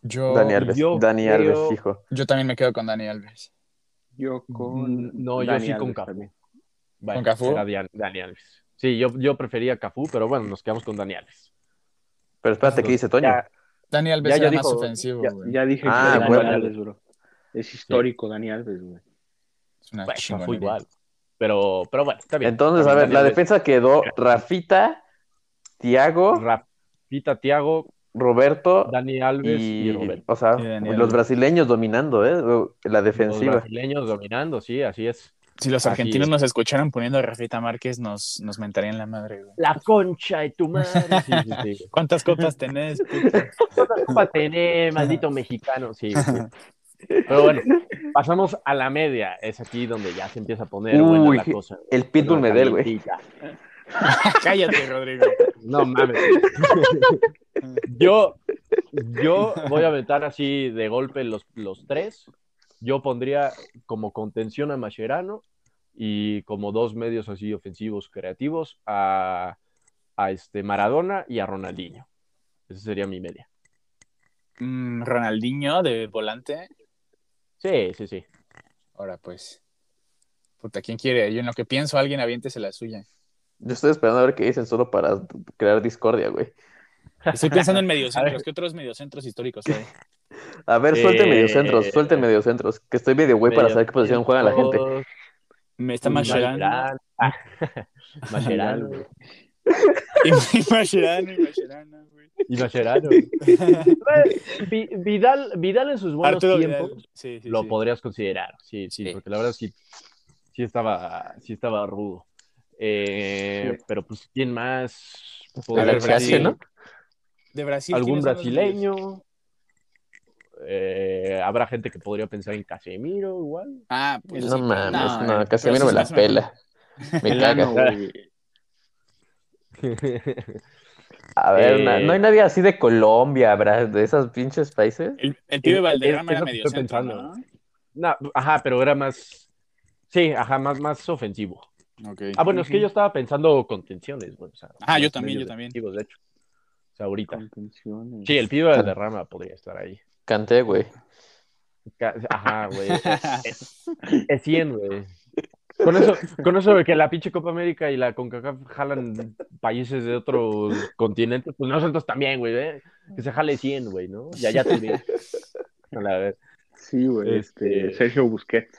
Speaker 2: Yo,
Speaker 3: Dani Alves,
Speaker 1: yo
Speaker 3: Dani
Speaker 1: creo-
Speaker 3: Alves, hijo.
Speaker 2: yo también me quedo con Dani Alves.
Speaker 4: Yo con.
Speaker 1: No, yo
Speaker 4: Dani
Speaker 1: sí con
Speaker 4: Alves
Speaker 1: Cafú.
Speaker 4: también.
Speaker 1: Bueno,
Speaker 2: ¿Con Cafú?
Speaker 1: será Dian- Dani Alves. Sí, yo, yo prefería Cafú, pero bueno, nos quedamos con Dani Alves.
Speaker 3: Pero espérate, ¿qué dice Toño?
Speaker 1: Ya,
Speaker 2: Dani Alves
Speaker 1: Ya- ya
Speaker 2: era más
Speaker 1: dijo-
Speaker 2: ofensivo,
Speaker 1: ya-
Speaker 2: güey.
Speaker 4: Ya dije que
Speaker 3: Ah,
Speaker 4: era Dani
Speaker 3: bueno.
Speaker 4: Alves, bro. Es histórico Dani Alves, güey.
Speaker 2: Es una
Speaker 1: pues, Cafú
Speaker 2: chingonería.
Speaker 1: igual. Pero, pero bueno, está bien.
Speaker 3: Entonces, a
Speaker 1: También
Speaker 3: ver,
Speaker 1: Dani
Speaker 3: la
Speaker 1: Alves,
Speaker 3: defensa quedó Rafita, Tiago,
Speaker 1: Rapita, Tiago,
Speaker 3: Roberto
Speaker 1: Dani Alves y,
Speaker 3: y,
Speaker 1: Roberto.
Speaker 3: o sea,
Speaker 2: Y Dani
Speaker 3: los
Speaker 2: Alves.
Speaker 3: brasileños dominando, ¿eh? La
Speaker 1: Los
Speaker 3: defensiva.
Speaker 1: brasileños dominando, sí, así es.
Speaker 2: Si los
Speaker 1: Así
Speaker 2: argentinos
Speaker 1: es.
Speaker 2: nos escucharan poniendo a Rafita Márquez, nos, nos mentarían la madre, güey.
Speaker 1: La concha de tu madre. Sí, sí, sí.
Speaker 2: ¿Cuántas copas tenés? puto?
Speaker 1: ¿Cuántas copas tenés, maldito mexicano? Sí, sí. Pero bueno, pasamos a la media. Es aquí donde ya se empieza a poner buena
Speaker 3: Uy,
Speaker 1: la cosa.
Speaker 3: El Pitbull
Speaker 1: La
Speaker 3: Medel, güey.
Speaker 1: calientita.
Speaker 2: Cállate, Rodrigo.
Speaker 1: No mames. Yo, Yo voy a aventar así de golpe los, los tres. Yo pondría como contención a Mascherano y como dos medios así ofensivos creativos a, a este Maradona y a Ronaldinho. Esa sería mi media.
Speaker 2: Mm, Ronaldinho de volante.
Speaker 1: Sí, sí, sí.
Speaker 2: Ahora pues. Puta, ¿quién quiere? Yo en lo que pienso, alguien aviéntese la suya.
Speaker 3: Yo estoy esperando a ver qué dicen solo para crear discordia, güey.
Speaker 2: Estoy pensando en mediocentros. ¿Qué otros mediocentros históricos hay?
Speaker 3: A ver, suelten
Speaker 1: Eh,
Speaker 3: mediocentros, suelten mediocentros, que estoy medio güey para
Speaker 1: Medio-
Speaker 3: saber qué posición juega la gente.
Speaker 2: Me está Mascherano.
Speaker 1: Mascherano. Ah, Mascherano. güey.
Speaker 2: Y Mascherano, y Mascherano, güey.
Speaker 1: Y Mascherano. Vi- Vidal, Vidal en sus buenos
Speaker 2: Arturo Vidal.
Speaker 1: tiempos
Speaker 2: Sí, sí,
Speaker 1: lo
Speaker 2: sí.
Speaker 1: podrías considerar. Sí, sí,
Speaker 2: Sí.
Speaker 1: porque la verdad sí, sí estaba, sí estaba rudo. Eh,
Speaker 4: Sí.
Speaker 1: Pero pues, ¿quién más?
Speaker 3: A
Speaker 1: Podría
Speaker 3: la
Speaker 1: ser
Speaker 3: clase,
Speaker 1: así,
Speaker 3: ¿no?
Speaker 2: De Brasil.
Speaker 1: ¿Algún
Speaker 2: ¿quiénes son los medios?
Speaker 1: brasileño? Eh, Habrá gente que podría pensar en Casemiro igual.
Speaker 2: Ah, pues.
Speaker 3: No
Speaker 2: sí,
Speaker 3: mames,
Speaker 2: no,
Speaker 3: no,
Speaker 2: eh,
Speaker 3: casi a
Speaker 2: pero sí
Speaker 3: mí no me
Speaker 2: se
Speaker 3: la
Speaker 2: hace una-
Speaker 3: pela. Me
Speaker 4: El
Speaker 3: caga.
Speaker 4: ano, güey.
Speaker 3: A ver, na-
Speaker 1: Eh,
Speaker 3: no hay nadie así de Colombia, ¿verdad? De esos pinches países.
Speaker 2: El, el pibe
Speaker 1: Es-
Speaker 2: Valderrama
Speaker 1: es-
Speaker 2: era
Speaker 1: es lo que
Speaker 2: medio
Speaker 1: estoy
Speaker 2: centro,
Speaker 1: pensando. No, ajá, pero era más. Sí, ajá, más, más ofensivo.
Speaker 2: ¿no? Ok.
Speaker 1: Ah, bueno, es que
Speaker 4: Ujú.
Speaker 1: yo estaba pensando contenciones. Bueno, o sea,
Speaker 2: Ah, yo
Speaker 1: los
Speaker 2: también,
Speaker 1: medios
Speaker 2: yo también.
Speaker 1: defensivos, de hecho. O sea, ahorita.
Speaker 4: Contenciones.
Speaker 1: Sí, el pibe de la rama podría estar ahí.
Speaker 3: Canté, güey.
Speaker 1: Ca- Ajá, güey. Es, es 100, güey. Con eso, con eso de que la pinche Copa América y la CONCACAF jalan países de otros continentes, pues nosotros también, güey, ¿eh? Que se jale 100, güey, ¿no? Ya, ya te diré. A la vez.
Speaker 4: Sí, güey.
Speaker 1: Este-
Speaker 4: Este, Sergio Busquets.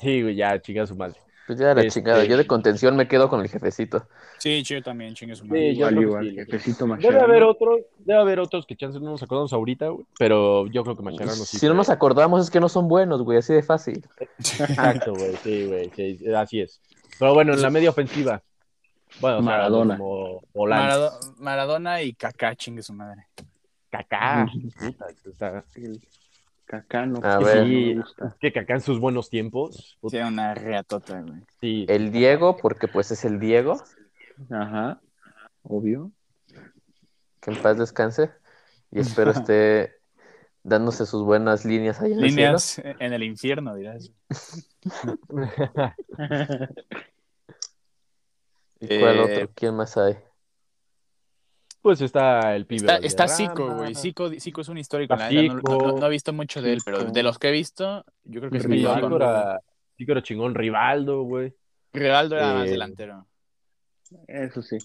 Speaker 1: Sí, güey, ya, chinga su madre.
Speaker 3: Pues ya la
Speaker 1: Este-
Speaker 3: chingada. Yo de contención me quedo con el jefecito.
Speaker 2: Sí, yo también, chingue su
Speaker 1: Sí,
Speaker 2: madre.
Speaker 1: yo
Speaker 4: Igual,
Speaker 1: creo que
Speaker 4: igual.
Speaker 1: sí.
Speaker 4: Jefecito
Speaker 1: Debe
Speaker 4: Mascherano.
Speaker 1: haber otros, debe haber otros que chance no nos acordamos ahorita, güey, pero yo creo que Mascherano sí.
Speaker 3: Pues Si no
Speaker 1: fue-
Speaker 3: nos acordamos es que no son buenos, güey, así de fácil.
Speaker 1: Exacto, güey, sí, güey, sí, así es. Pero bueno, en la media ofensiva. Bueno, o sea,
Speaker 4: Maradona.
Speaker 1: como volante.
Speaker 2: Marado- Maradona y Kaká, chingue su madre.
Speaker 1: Kaká. Puta, o sea,
Speaker 4: El Kaká no.
Speaker 3: A
Speaker 4: que
Speaker 3: ver.
Speaker 4: no me gusta.
Speaker 1: que Kaká en sus buenos tiempos. puta,
Speaker 2: Tiene una reatota, güey.
Speaker 1: sí.
Speaker 3: El Diego, porque pues es el Diego,
Speaker 4: Ajá. Obvio.
Speaker 3: que en paz descanse. Y espero esté dándose sus buenas líneas ahí en el cielo.
Speaker 2: Líneas en el infierno, dirás.
Speaker 3: ¿Y cuál
Speaker 2: Eh,
Speaker 3: otro? ¿Quién más hay?
Speaker 1: Pues está el pibe.
Speaker 2: Está, está
Speaker 1: Valderrama.
Speaker 2: Zico, güey. Zico, Zico es un histórico.
Speaker 1: Está
Speaker 2: la neta, no,
Speaker 1: Zico.
Speaker 2: no- no- no he visto mucho de él, pero
Speaker 4: Zico.
Speaker 2: de los que he visto, yo creo que
Speaker 1: Sí,
Speaker 4: Rivaldo.
Speaker 1: Zico era, Zico era chingón. Rivaldo, güey.
Speaker 2: Rivaldo era más
Speaker 1: Eh,
Speaker 2: delantero.
Speaker 4: Eso sí.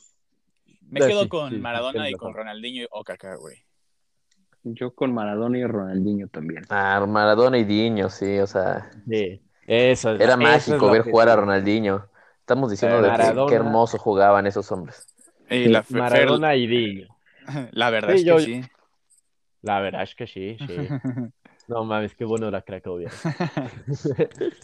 Speaker 2: Me
Speaker 1: sí,
Speaker 2: quedo
Speaker 1: sí,
Speaker 2: con
Speaker 1: sí,
Speaker 2: Maradona
Speaker 1: tienes
Speaker 2: y con
Speaker 1: razón.
Speaker 2: Ronaldinho o Kaká, güey.
Speaker 4: Yo con Maradona y Ronaldinho también.
Speaker 3: Ah, Maradona y Diño, sí, o sea,
Speaker 1: Sí. Esa, esa
Speaker 3: era
Speaker 1: Pues, es
Speaker 3: mágico
Speaker 1: la
Speaker 3: ver
Speaker 1: que-
Speaker 3: jugar a Ronaldinho. Estamos diciendo
Speaker 2: Eh,
Speaker 3: de que-
Speaker 1: Maradona.
Speaker 3: qué hermoso jugaban esos hombres.
Speaker 2: Y
Speaker 1: Sí,
Speaker 2: la, Fer-
Speaker 1: Maradona y Diño.
Speaker 2: Fer- la verdad
Speaker 1: Sí,
Speaker 2: es que
Speaker 1: yo-
Speaker 2: sí.
Speaker 1: La verdad es que sí, sí. No mames, qué bueno era Cracovia.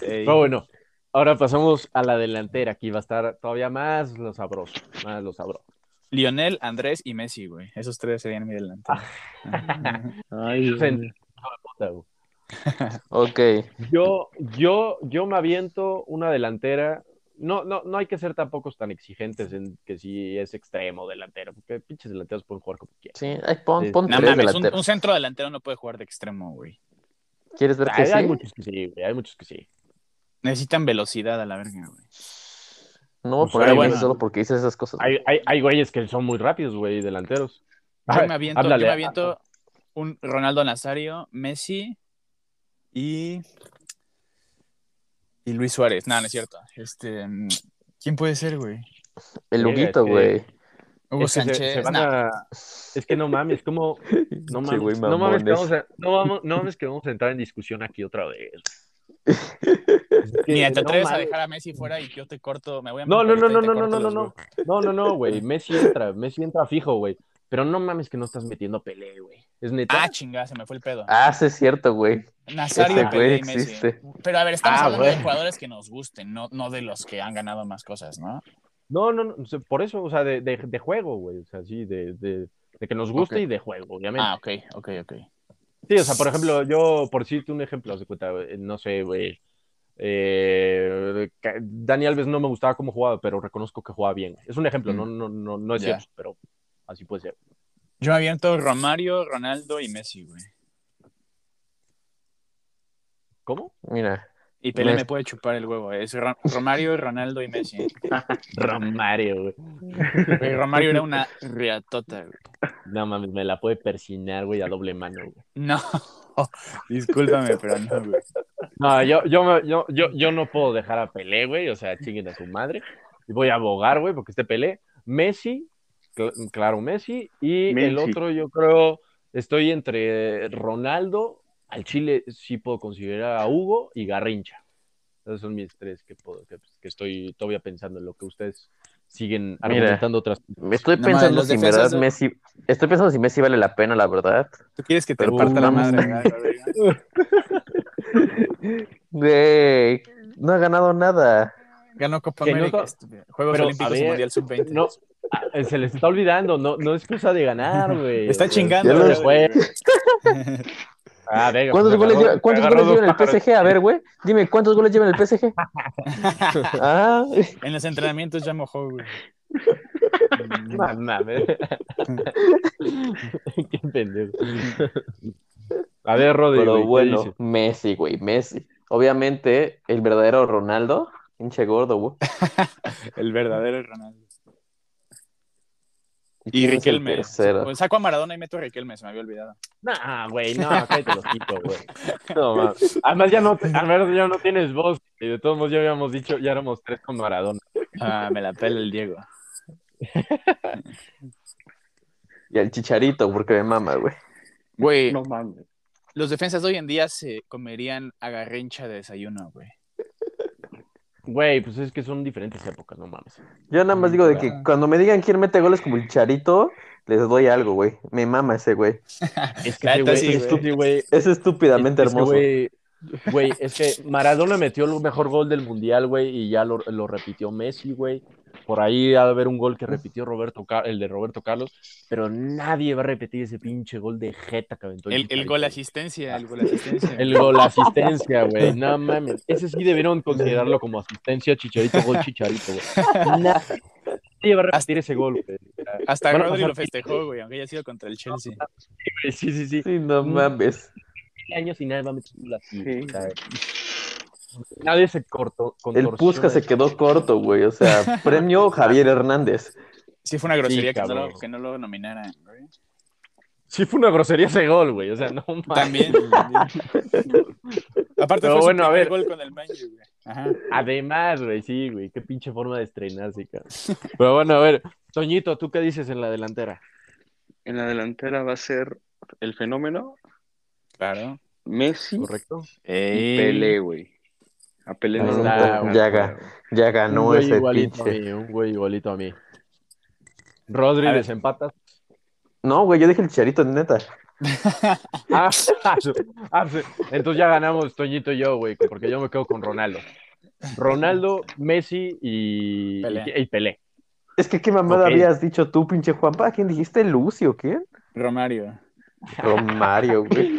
Speaker 2: Ey.
Speaker 1: Pero bueno, ahora pasamos a la delantera. Aquí va a estar todavía más lo sabroso. Más lo sabroso.
Speaker 2: Lionel, Andrés y Messi, güey. Esos tres serían mi delantero.
Speaker 1: Ah.
Speaker 4: Ay,
Speaker 1: Sen- Puta, güey.
Speaker 3: Ok,
Speaker 1: Yo, yo, yo me aviento una delantera. No, no, no hay que ser tampoco tan exigentes en que si es extremo delantero, porque pinches delanteros pueden jugar como quieran.
Speaker 3: sí, ay, pon,
Speaker 1: Sí.
Speaker 3: pon
Speaker 2: No
Speaker 3: tres
Speaker 2: mames, un,
Speaker 3: delanteros.
Speaker 2: un centro delantero no puede jugar de extremo, güey.
Speaker 3: ¿Quieres ver que
Speaker 1: Hay, hay
Speaker 3: sí?
Speaker 1: muchos que sí, güey, hay muchos que sí.
Speaker 2: Necesitan velocidad a la verga, güey.
Speaker 3: No voy a
Speaker 1: Pues
Speaker 3: poner
Speaker 1: ahí
Speaker 3: a Messi
Speaker 1: bueno.
Speaker 3: solo porque dices esas cosas.
Speaker 1: Hay, hay, hay güeyes que son muy rápidos, güey, delanteros. Ah,
Speaker 2: Yo
Speaker 1: Ay,
Speaker 2: me aviento,
Speaker 1: háblale.
Speaker 2: yo me aviento un Ronaldo Nazario, Messi y. Y Luis Suárez. No, no es cierto. Este. mm, ¿Quién puede ser, güey?
Speaker 3: El
Speaker 1: Mira,
Speaker 3: Huguito,
Speaker 1: es que-
Speaker 3: güey.
Speaker 2: Hugo
Speaker 1: Es que se-
Speaker 2: Sánchez.
Speaker 1: se van
Speaker 2: no.
Speaker 1: a- Es que no mames, como. No
Speaker 3: Che,
Speaker 1: mames,
Speaker 3: güey,
Speaker 1: no mames que
Speaker 3: mamones.
Speaker 1: vamos a, no, vamos, no mames que vamos a entrar en discusión aquí otra vez.
Speaker 2: Mira,
Speaker 1: No
Speaker 2: te atreves a
Speaker 1: mames.
Speaker 2: dejar a Messi fuera y yo te corto. Me voy a
Speaker 1: No, no, no,
Speaker 2: Margarita
Speaker 1: no,
Speaker 2: y te
Speaker 1: no, no,
Speaker 2: corto
Speaker 1: no, no,
Speaker 2: los
Speaker 1: no.
Speaker 2: huevos.
Speaker 1: No, no, no, güey. Messi entra, Messi entra fijo, güey. Pero no mames que no estás metiendo a Pelé, güey. Es neta.
Speaker 2: Ah, chingada, se me fue el pedo.
Speaker 3: Ah, sí, es cierto, güey.
Speaker 2: Nazario,
Speaker 3: Ese
Speaker 1: Ah,
Speaker 3: güey
Speaker 2: Pelé y Messi.
Speaker 3: existe.
Speaker 2: Pero a ver, estamos
Speaker 1: Ah,
Speaker 2: hablando de
Speaker 1: güey.
Speaker 2: jugadores que nos gusten, no, no de los que han ganado más cosas, ¿no?
Speaker 1: No, no, no. o sea, Por eso, o sea, de, de- de juego, güey. O sea, sí, de, de- de que nos guste
Speaker 2: Ok.
Speaker 1: y de juego, obviamente.
Speaker 2: Ah, ok, ok, ok.
Speaker 1: Sí, o sea, por ejemplo, yo, por decirte un ejemplo, haz de cuenta, güey, no sé, güey. Eh, ca- Dani Alves no me gustaba cómo jugaba, pero reconozco que jugaba bien. güey. Es un ejemplo,
Speaker 2: Mm.
Speaker 1: no, no, no, no es
Speaker 2: Ya.
Speaker 1: cierto, pero así puede ser.
Speaker 2: Yo me aviento Romario, Ronaldo y Messi, güey.
Speaker 1: ¿Cómo?
Speaker 3: Mira,
Speaker 2: Y Pelé
Speaker 3: Messi.
Speaker 2: me puede chupar el huevo. Es Ro- Romario, Ronaldo y Messi.
Speaker 1: Romario, güey.
Speaker 2: Güey, Romario era una riatota, güey.
Speaker 1: No mames, me la puede persinar, güey, a doble mano, güey.
Speaker 2: No. Discúlpame, pero no, güey.
Speaker 1: No, yo, yo, me- yo, yo, yo no puedo dejar a Pelé, güey. O sea, chinguen a su madre. Y voy a abogar, güey, porque este Pelé. Messi, cl- claro, Messi. Y el
Speaker 4: Messi.
Speaker 1: otro, yo creo, estoy entre Ronaldo, al Chile sí puedo considerar a Hugo y Garrincha. Esos son mis tres que, puedo, que, que estoy todavía pensando en lo que ustedes siguen
Speaker 3: Mira.
Speaker 1: argumentando otras
Speaker 3: estoy
Speaker 2: No, madre,
Speaker 3: pensando
Speaker 2: los
Speaker 3: si en
Speaker 2: defensas
Speaker 3: verdad
Speaker 2: de-
Speaker 3: Messi, estoy pensando si Messi vale la pena, la verdad.
Speaker 2: Tú quieres que te
Speaker 3: Pero
Speaker 2: parta la
Speaker 3: vamos.
Speaker 2: madre, güey.
Speaker 3: Güey, no ha ganado nada.
Speaker 2: Ganó Copa
Speaker 1: Que no
Speaker 2: América.
Speaker 1: co-
Speaker 2: estúpido. Juegos
Speaker 1: Pero, a
Speaker 2: Olímpicos y
Speaker 1: ver,
Speaker 2: Mundial Sub-20.
Speaker 1: No, ah, se les está olvidando, no, no es cosa de ganar, güey.
Speaker 2: Está
Speaker 1: O sea,
Speaker 2: chingando,
Speaker 1: ya
Speaker 3: güey.
Speaker 1: los fue. Ah, venga,
Speaker 3: ¿Cuántos
Speaker 1: pues,
Speaker 3: goles,
Speaker 1: agarró-
Speaker 3: lleva, ¿cuántos
Speaker 1: agarró
Speaker 3: goles lleva en
Speaker 1: dos
Speaker 3: el
Speaker 1: pájaros.
Speaker 3: PSG? A ver, güey, dime, ¿cuántos goles lleva en el PSG? Ah,
Speaker 2: En los entrenamientos ya mojó, güey.
Speaker 1: No mames. Qué pendejo. A ver, Rodri,
Speaker 3: pero
Speaker 1: güey, ¿qué
Speaker 3: bueno,
Speaker 1: dices?
Speaker 3: Messi, güey, Messi. Obviamente, el verdadero Ronaldo, pinche gordo, güey.
Speaker 2: El verdadero Ronaldo. Y
Speaker 3: ¿Quién es el
Speaker 2: Riquelme.
Speaker 3: tercero?
Speaker 2: Pues saco a Maradona y meto a Riquelme, se me había olvidado.
Speaker 1: Nah, güey, no, cállate los quito, güey. No, mames. Además ya no, te- además ya no tienes voz. Y de todos modos ya habíamos dicho, ya éramos tres con Maradona.
Speaker 2: Ah, me la pela el Diego.
Speaker 3: Y al chicharito, porque me mama, güey.
Speaker 2: Güey,
Speaker 4: No mames.
Speaker 2: los defensas de hoy en día se comerían a Garrincha de desayuno, güey.
Speaker 1: Güey, pues es que son diferentes épocas, no mames.
Speaker 3: Yo nada
Speaker 1: Mm,
Speaker 3: más digo de que
Speaker 2: Claro.
Speaker 3: cuando me digan quién mete goles como el chicharito, les doy algo, güey. Me mama ese, güey.
Speaker 1: Es que
Speaker 2: La
Speaker 1: ese
Speaker 2: neta
Speaker 1: güey,
Speaker 2: sí,
Speaker 1: es
Speaker 2: güey.
Speaker 1: estúpido, güey.
Speaker 3: Es estúpidamente
Speaker 1: Es que,
Speaker 3: hermoso.
Speaker 1: Güey, güey, es que Maradona metió el mejor gol del mundial, güey, y ya lo, lo repitió Messi, güey. Por ahí ha de haber un gol que repitió Roberto Car- el de Roberto Carlos, pero nadie va a repetir ese pinche gol de jeta que aventó.
Speaker 2: El, el
Speaker 1: Chicharito,
Speaker 2: gol
Speaker 1: güey.
Speaker 2: asistencia, el gol asistencia.
Speaker 1: El gol asistencia, güey. No mames. Ese sí debieron considerarlo como asistencia, chicharito, gol, chicharito, güey. Nadie va a repetir ese gol, güey.
Speaker 2: Hasta
Speaker 1: Bueno,
Speaker 2: Rodri
Speaker 1: o sea,
Speaker 2: lo festejó, güey, aunque haya sido contra el Chelsea.
Speaker 1: Sí, sí, sí.
Speaker 3: Sí, no mames.
Speaker 1: Años y nadie va a meter un gol así.
Speaker 4: Sí.
Speaker 1: o sea, Nadie se cortó.
Speaker 3: El Pusca se quedó corto, güey. O sea, premio Javier Hernández.
Speaker 2: Sí, fue una grosería que, no
Speaker 1: cabrón.
Speaker 2: lo, que no lo nominaran, güey.
Speaker 1: Sí fue una grosería ese gol, güey. O sea, no mames.
Speaker 2: También. Aparte
Speaker 1: Pero
Speaker 2: fue
Speaker 1: bueno, a
Speaker 2: su primer
Speaker 1: ver.
Speaker 2: gol con el Man U, güey. Ajá.
Speaker 1: Además, güey, sí, güey. Qué pinche forma de estrenarse, cabrón. Pero bueno, a ver. Toñito, ¿tú qué dices en la delantera?
Speaker 4: En la delantera va a ser el fenómeno
Speaker 2: Claro.
Speaker 4: Messi
Speaker 1: ¿Correcto?
Speaker 4: y Pelé, güey. A Pelé no
Speaker 1: Ahí
Speaker 4: lo
Speaker 1: está,
Speaker 4: puedo dejar
Speaker 3: Llaga.
Speaker 4: fuera, güey.
Speaker 3: Ya
Speaker 1: Un
Speaker 3: ganó
Speaker 1: güey
Speaker 3: Ah, ese
Speaker 1: igualito
Speaker 3: pinche.
Speaker 1: a mí, un güey igualito a mí. Rodri,
Speaker 2: A ver.
Speaker 1: desempatas.
Speaker 3: No, güey, yo dije el chicharito, neta.
Speaker 1: Ah, ah, sí. entonces ya ganamos Toñito y yo, güey, porque yo me quedo con Ronaldo. Ronaldo, Messi y y- y
Speaker 2: Pelé.
Speaker 1: Pelé.
Speaker 3: Es que qué mamada
Speaker 1: Ok.
Speaker 3: habías dicho tú, pinche Juanpa. ¿Quién dijiste? ¿Lucio? ¿Quién?
Speaker 2: Romario.
Speaker 3: Romario, güey.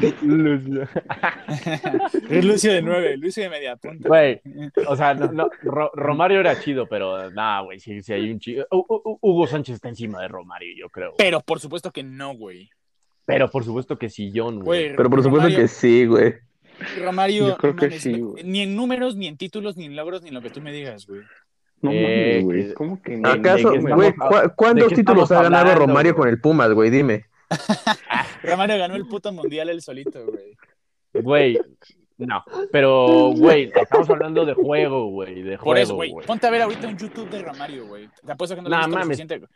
Speaker 2: Lucio de nueve, Lucio de media punta.
Speaker 1: Güey, o sea, no, no, Ro- Romario era chido, pero nada, güey, si, hay un chido. Hu- Hu- Hugo Sánchez está encima de Romario, yo creo. güey.
Speaker 2: Pero por supuesto que no, güey.
Speaker 1: Pero por supuesto que Sillón, güey.
Speaker 2: Güey,
Speaker 3: Pero por supuesto
Speaker 2: Romario-
Speaker 3: que sí, güey.
Speaker 2: Romario,
Speaker 4: Yo creo que
Speaker 2: mames,
Speaker 4: sí,
Speaker 2: ve-
Speaker 4: güey.
Speaker 2: ni en números, ni en títulos, ni en logros, ni en lo que tú me digas, güey.
Speaker 4: No
Speaker 1: Eh,
Speaker 4: mames, güey.
Speaker 1: que-
Speaker 4: ¿Cómo que no?
Speaker 3: ¿Acaso,
Speaker 1: qué
Speaker 4: güey?
Speaker 1: estamos
Speaker 3: güey,
Speaker 1: hab-
Speaker 3: cua- cuántos
Speaker 1: qué
Speaker 3: títulos
Speaker 1: estamos
Speaker 3: ha ganado
Speaker 1: hablando,
Speaker 3: Romario
Speaker 1: güey?
Speaker 3: con el Pumas, güey? Dime.
Speaker 2: Romario ganó el puto mundial él solito, güey.
Speaker 1: Güey, no. Pero, güey, estamos hablando de juego, güey. De
Speaker 2: Por eso,
Speaker 1: juego,
Speaker 2: güey.
Speaker 1: güey.
Speaker 2: Ponte a ver ahorita un YouTube de Romario, güey. Te apuesto que no lo
Speaker 1: Nah,
Speaker 2: has visto lo
Speaker 1: mames.
Speaker 2: suficiente, güey.